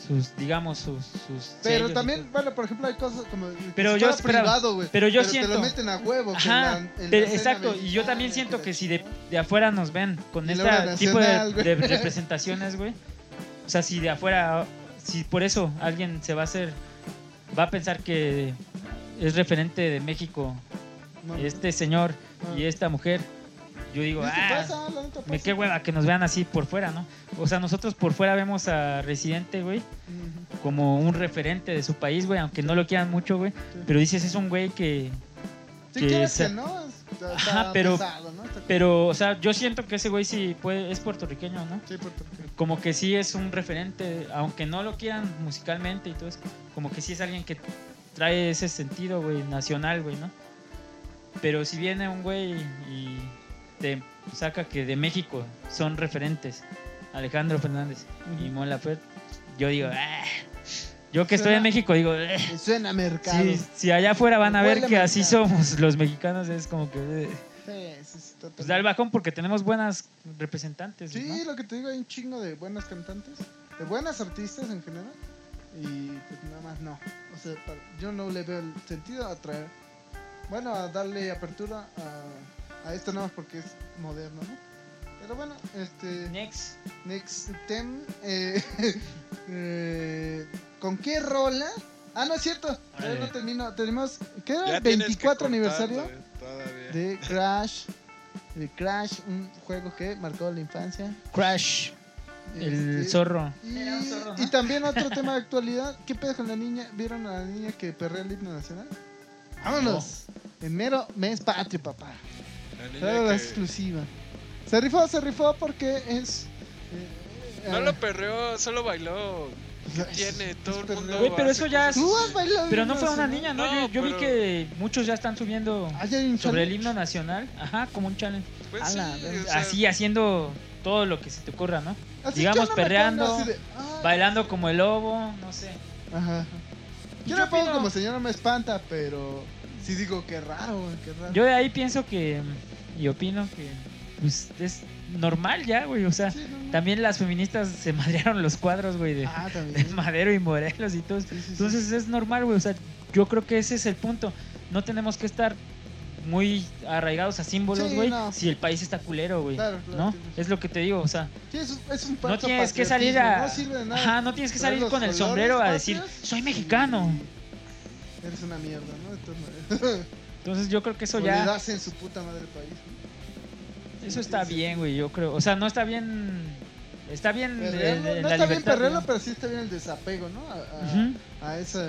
Speaker 2: sus digamos, sus... sus
Speaker 1: Pero
Speaker 2: sellos y
Speaker 1: también,
Speaker 2: todo.
Speaker 1: bueno, por ejemplo, hay cosas como. que
Speaker 2: Pero
Speaker 1: si
Speaker 2: yo
Speaker 1: fuera
Speaker 2: esperaba-
Speaker 1: privado, güey.
Speaker 2: pero yo
Speaker 1: Te lo
Speaker 2: siento-
Speaker 1: meten a huevo.
Speaker 2: Ajá,
Speaker 1: con la- en la
Speaker 2: pero-
Speaker 1: cena
Speaker 2: exacto, y yo también
Speaker 1: mexicana,
Speaker 2: siento que si de,
Speaker 1: la-
Speaker 2: de afuera nos ven con
Speaker 1: Y la hora
Speaker 2: este tipo de,
Speaker 1: nacional, güey.
Speaker 2: de representaciones, güey. O sea, si de afuera, si por eso alguien se va a hacer, va a pensar que es referente de México
Speaker 1: No,
Speaker 2: este señor
Speaker 1: no.
Speaker 2: y esta mujer, yo digo,
Speaker 1: Ah. ¿Y esto
Speaker 2: ah,
Speaker 1: pasa, la neta pues,
Speaker 2: me
Speaker 1: pasa.
Speaker 2: qué hueva que nos vean así por fuera, ¿no? O sea, nosotros por fuera vemos a Residente, güey,
Speaker 1: Ujú.
Speaker 2: como un referente de su país, güey, aunque no lo quieran mucho, güey. Pero dices, es un güey que...
Speaker 1: Si
Speaker 2: que
Speaker 1: quieres
Speaker 2: sea-
Speaker 1: que no, es- está
Speaker 2: Ajá, pero-
Speaker 1: pesado, ¿no? Está-
Speaker 2: Pero, o sea, yo siento que ese güey sí puede, es puertorriqueño, ¿no?
Speaker 1: Sí, por- por-
Speaker 2: Como que sí es un referente, aunque no lo quieran musicalmente y todo eso. Como que sí es alguien que trae ese sentido, güey, nacional, güey, ¿no? Pero si viene un güey y te saca que de México son referentes, Alejandro Fernández y Mon Laferte, yo digo, "Ah". yo que estoy
Speaker 1: Suena-
Speaker 2: en México, digo, "Ah".
Speaker 1: Suena a mercado.
Speaker 2: Sí, si allá afuera van a ver
Speaker 1: Huele
Speaker 2: que así
Speaker 1: mercado.
Speaker 2: somos los mexicanos, es como que... "Eh".
Speaker 1: Sí, sí, sí,
Speaker 2: Pues
Speaker 1: totalmente.
Speaker 2: da el bajón porque tenemos buenas representantes.
Speaker 1: Sí,
Speaker 2: ¿no?
Speaker 1: lo que te digo, hay un chingo de buenas cantantes, de buenas artistas en general, y pues nada más no. O sea, para- yo no le veo el sentido a traer, bueno, a darle apertura a, a esto nada más porque es moderno, ¿no? Pero bueno, este,
Speaker 2: Next.
Speaker 1: next tem, eh, eh, ¿con qué rola? Ah, no es cierto, todavía
Speaker 2: Órale.
Speaker 1: no termino, tenemos, ¿qué era?
Speaker 3: Ya
Speaker 1: el
Speaker 3: tienes que
Speaker 1: 24
Speaker 3: cortar,
Speaker 1: aniversario
Speaker 3: güey, Todavía.
Speaker 1: de Crash, de Crash, un juego que marcó la infancia.
Speaker 2: Crash. El
Speaker 1: Este,
Speaker 2: zorro.
Speaker 1: y,
Speaker 2: Era un zorro, ¿no?
Speaker 1: y también otro tema de actualidad. ¿Qué pedo con la niña? ¿Vieron a la niña que perrea el himno nacional? ¡Vámonos! Enero, mes patrio, papá.
Speaker 3: La niña
Speaker 1: Era la
Speaker 3: que-
Speaker 1: exclusiva. Se rifó, se rifó porque es. eh,
Speaker 3: No
Speaker 1: eh,
Speaker 3: lo perreó, solo bailó.
Speaker 1: es-
Speaker 3: Tiene
Speaker 1: es
Speaker 3: todo el
Speaker 1: perreo.
Speaker 3: mundo.
Speaker 2: Pues, Güey, pero eso
Speaker 3: hace
Speaker 2: ya
Speaker 3: cosas.
Speaker 1: Tú has bailado. el
Speaker 2: Pero
Speaker 1: himno
Speaker 2: no fue una
Speaker 1: nacional?
Speaker 2: niña, ¿no?
Speaker 3: No,
Speaker 2: yo yo vi
Speaker 3: pero-
Speaker 2: que muchos ya están subiendo
Speaker 1: Ah, ya hay un
Speaker 2: sobre el
Speaker 1: challenge.
Speaker 2: himno nacional. Ajá, como un challenge.
Speaker 3: Pues
Speaker 1: A
Speaker 3: sí,
Speaker 1: la
Speaker 3: o
Speaker 1: verga.
Speaker 3: sea,
Speaker 2: Así haciendo todo lo que se te ocurra, ¿no?
Speaker 1: Así
Speaker 2: digamos,
Speaker 1: yo no me pongo
Speaker 2: perreando,
Speaker 1: así de, ah,
Speaker 2: Bailando como el lobo, no sé.
Speaker 1: Ajá.
Speaker 2: ¿Y
Speaker 1: Yo
Speaker 2: qué
Speaker 1: no pongo
Speaker 2: opino?
Speaker 1: como señora, me espanta, pero. Sí digo, qué raro, güey, qué raro.
Speaker 2: Yo de ahí pienso que. Y opino que. Pues es normal ya, güey. O sea,
Speaker 1: Sí, no, no.
Speaker 2: también las feministas se madrearon los cuadros, güey, de,
Speaker 1: Ah,
Speaker 2: de
Speaker 1: también.
Speaker 2: Madero y Morelos y todos.
Speaker 1: Sí, sí, sí.
Speaker 2: Entonces es normal, güey. O sea, yo creo que ese es el punto. No tenemos que estar muy arraigados a símbolos,
Speaker 1: Sí,
Speaker 2: güey.
Speaker 1: no.
Speaker 2: Si el país está culero, güey.
Speaker 1: Claro, claro,
Speaker 2: ¿No?
Speaker 1: tienes-
Speaker 2: Es lo que te digo, o sea,
Speaker 1: Sí, es un- es un
Speaker 2: no
Speaker 1: falso
Speaker 2: tienes que salir
Speaker 1: patriotismo,
Speaker 2: a.
Speaker 1: No sirve de nada.
Speaker 2: Ajá, no tienes que
Speaker 1: Traer
Speaker 2: salir
Speaker 1: los
Speaker 2: con el
Speaker 1: colores
Speaker 2: sombrero a decir,
Speaker 1: patrios
Speaker 2: soy
Speaker 1: y-
Speaker 2: mexicano.
Speaker 1: Eres una mierda, ¿no? De todas maneras.
Speaker 2: Entonces yo creo que eso
Speaker 1: O le
Speaker 2: ya.
Speaker 1: das en su puta madre el país. ¿no?
Speaker 2: Eso está
Speaker 1: sí, sí.
Speaker 2: bien, güey, yo creo. O sea, no está bien. Está bien en-
Speaker 1: Perrearlo,
Speaker 2: en
Speaker 1: no está
Speaker 2: la
Speaker 1: bien
Speaker 2: libertad.
Speaker 1: perrelo,
Speaker 2: ¿no?
Speaker 1: pero sí está bien el desapego, ¿no? A, a,
Speaker 2: Ujú.
Speaker 1: a esa.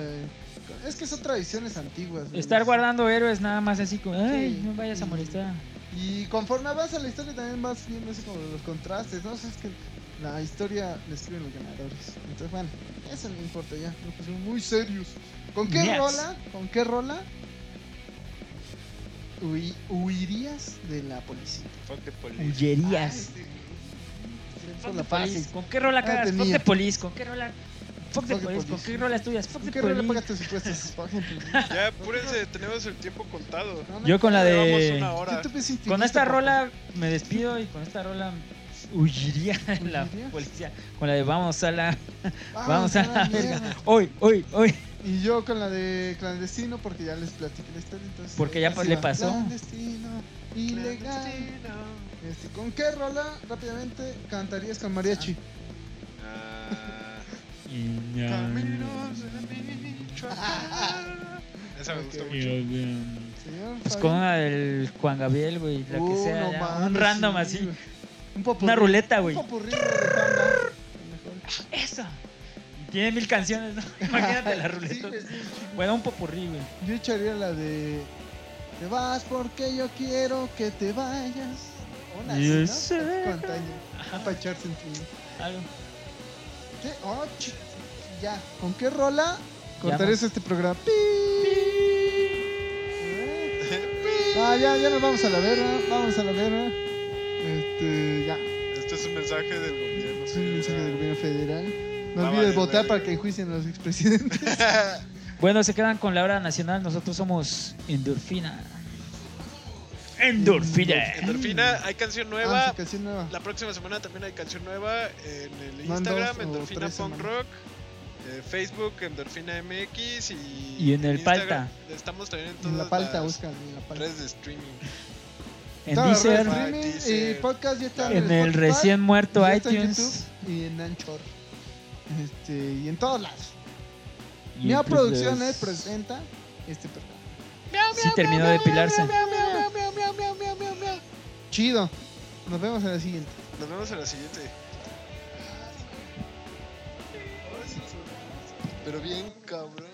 Speaker 1: Es que son tradiciones antiguas. güey.
Speaker 2: Estar guardando héroes nada más así como, ay,
Speaker 1: Sí.
Speaker 2: no vayas a molestar.
Speaker 1: Y conforme avanza la historia también vas viendo así como los contrastes, ¿no? O sea, es que la historia la escriben los ganadores. Entonces, bueno, eso no importa ya, nos pusimos muy serios. ¿Con qué
Speaker 2: Yes.
Speaker 1: rola? ¿Con qué rola? hui- huirías de la policía.
Speaker 3: fuck pues. the police.
Speaker 2: Huyerías.
Speaker 1: Ay, sí. Por
Speaker 2: Fuck
Speaker 1: la
Speaker 2: the police.
Speaker 1: fácil.
Speaker 2: ¿Con qué rola
Speaker 1: Ah,
Speaker 2: cagas? Fuck
Speaker 1: tenía.
Speaker 2: the police. ¿Con qué rola? Fuck
Speaker 1: Fuck
Speaker 2: the
Speaker 1: the
Speaker 2: police. ¿Con
Speaker 1: police.
Speaker 2: qué rola estudias? Fuck
Speaker 1: ¿Con
Speaker 2: the
Speaker 1: qué rola
Speaker 2: police.
Speaker 1: pagas tus impuestos? Por ejemplo.
Speaker 3: Ya, apúrense, tenemos el tiempo contado.
Speaker 1: No, no,
Speaker 2: Yo con la
Speaker 3: Llevamos una
Speaker 2: de.
Speaker 3: hora.
Speaker 1: YouTube es infinito,
Speaker 2: Con esta
Speaker 1: papá.
Speaker 2: rola me despido y con esta rola huiría de la
Speaker 1: ¿Huirías?
Speaker 2: policía. Con la de vamos a la.
Speaker 1: Vamos a la mierda.
Speaker 2: Hoy, hoy, hoy.
Speaker 1: Y yo con la de clandestino porque ya les platiqué la historia. Entonces,
Speaker 2: Porque ya
Speaker 1: así
Speaker 2: le
Speaker 1: va.
Speaker 2: pasó.
Speaker 1: Clandestino, ilegal. Este, ¿Con qué rola rápidamente cantarías con mariachi?
Speaker 3: Ah,
Speaker 2: Y ya.
Speaker 3: Caminos de Michoacán. Esa me gusta
Speaker 1: Ok.
Speaker 3: mucho.
Speaker 1: Señor
Speaker 2: Pues
Speaker 1: Fabián.
Speaker 2: con la del Juan Gabriel, güey. La que
Speaker 1: Uh,
Speaker 2: sea.
Speaker 1: no
Speaker 2: ya,
Speaker 1: mames,
Speaker 2: un random
Speaker 1: sí,
Speaker 2: así.
Speaker 1: güey. Un popurrí.
Speaker 2: Una ruleta, güey.
Speaker 1: Un popurrí, güey, de banda. Mejor.
Speaker 2: Eso. Tiene mil canciones, ¿no? Imagínate la
Speaker 1: Sí,
Speaker 2: ruleta.
Speaker 1: güey, sí.
Speaker 2: Bueno, un popurrí, güey.
Speaker 1: Yo echaría la de. Te vas porque yo quiero que te vayas. Una así,
Speaker 2: Yo
Speaker 1: ¿no?
Speaker 2: sé.
Speaker 1: Con Tania. Ah, pa' echarse en fin.
Speaker 2: Algo.
Speaker 1: ¿Qué? Oh, chi- Ya. ¿Con qué rola
Speaker 2: Llamas.
Speaker 1: contarías este programa? Pi. Eh. Ah, ya, ya nos vamos a la verga. Vamos a la verga. Este, ya.
Speaker 3: Este es un mensaje del gobierno.
Speaker 1: Es un mensaje del gobierno federal. No
Speaker 3: Va a
Speaker 1: olvides
Speaker 3: valer
Speaker 1: votar
Speaker 3: verga.
Speaker 1: para que enjuicien a los expresidentes.
Speaker 2: Bueno, se quedan con la hora nacional. Nosotros somos Endorfina. Endorfina.
Speaker 3: Endorfina, hay canción
Speaker 1: Ah,
Speaker 3: nueva.
Speaker 1: su canción nueva.
Speaker 3: La próxima semana también hay canción nueva en
Speaker 1: Van
Speaker 3: el
Speaker 1: dos
Speaker 3: Instagram,
Speaker 1: o
Speaker 3: Endorfina
Speaker 1: tres
Speaker 3: Punk
Speaker 1: semanas.
Speaker 3: Rock. Eh, Facebook, Endorfina MX y.
Speaker 2: Y en el
Speaker 3: Instagram. Estamos también en todas
Speaker 1: En la palta,
Speaker 3: las
Speaker 1: buscan. En la palta.
Speaker 3: redes de streaming.
Speaker 2: En
Speaker 1: Todas las redes
Speaker 2: Deezer,
Speaker 1: de
Speaker 3: Deezer.
Speaker 1: streaming
Speaker 3: Deezer.
Speaker 1: y podcast ya están
Speaker 2: en el
Speaker 1: Spotify,
Speaker 2: recién muerto
Speaker 1: ya está en
Speaker 2: iTunes.
Speaker 1: YouTube Y en Anchor. Este, y en todos lados.
Speaker 2: y
Speaker 1: Mia
Speaker 2: pues,
Speaker 1: Producciones
Speaker 2: pues,
Speaker 1: presenta este programa.
Speaker 2: Sí terminó de depilarse.
Speaker 1: Chido. Nos vemos en la siguiente.
Speaker 3: Nos vemos en la siguiente. Pero bien, cabrón.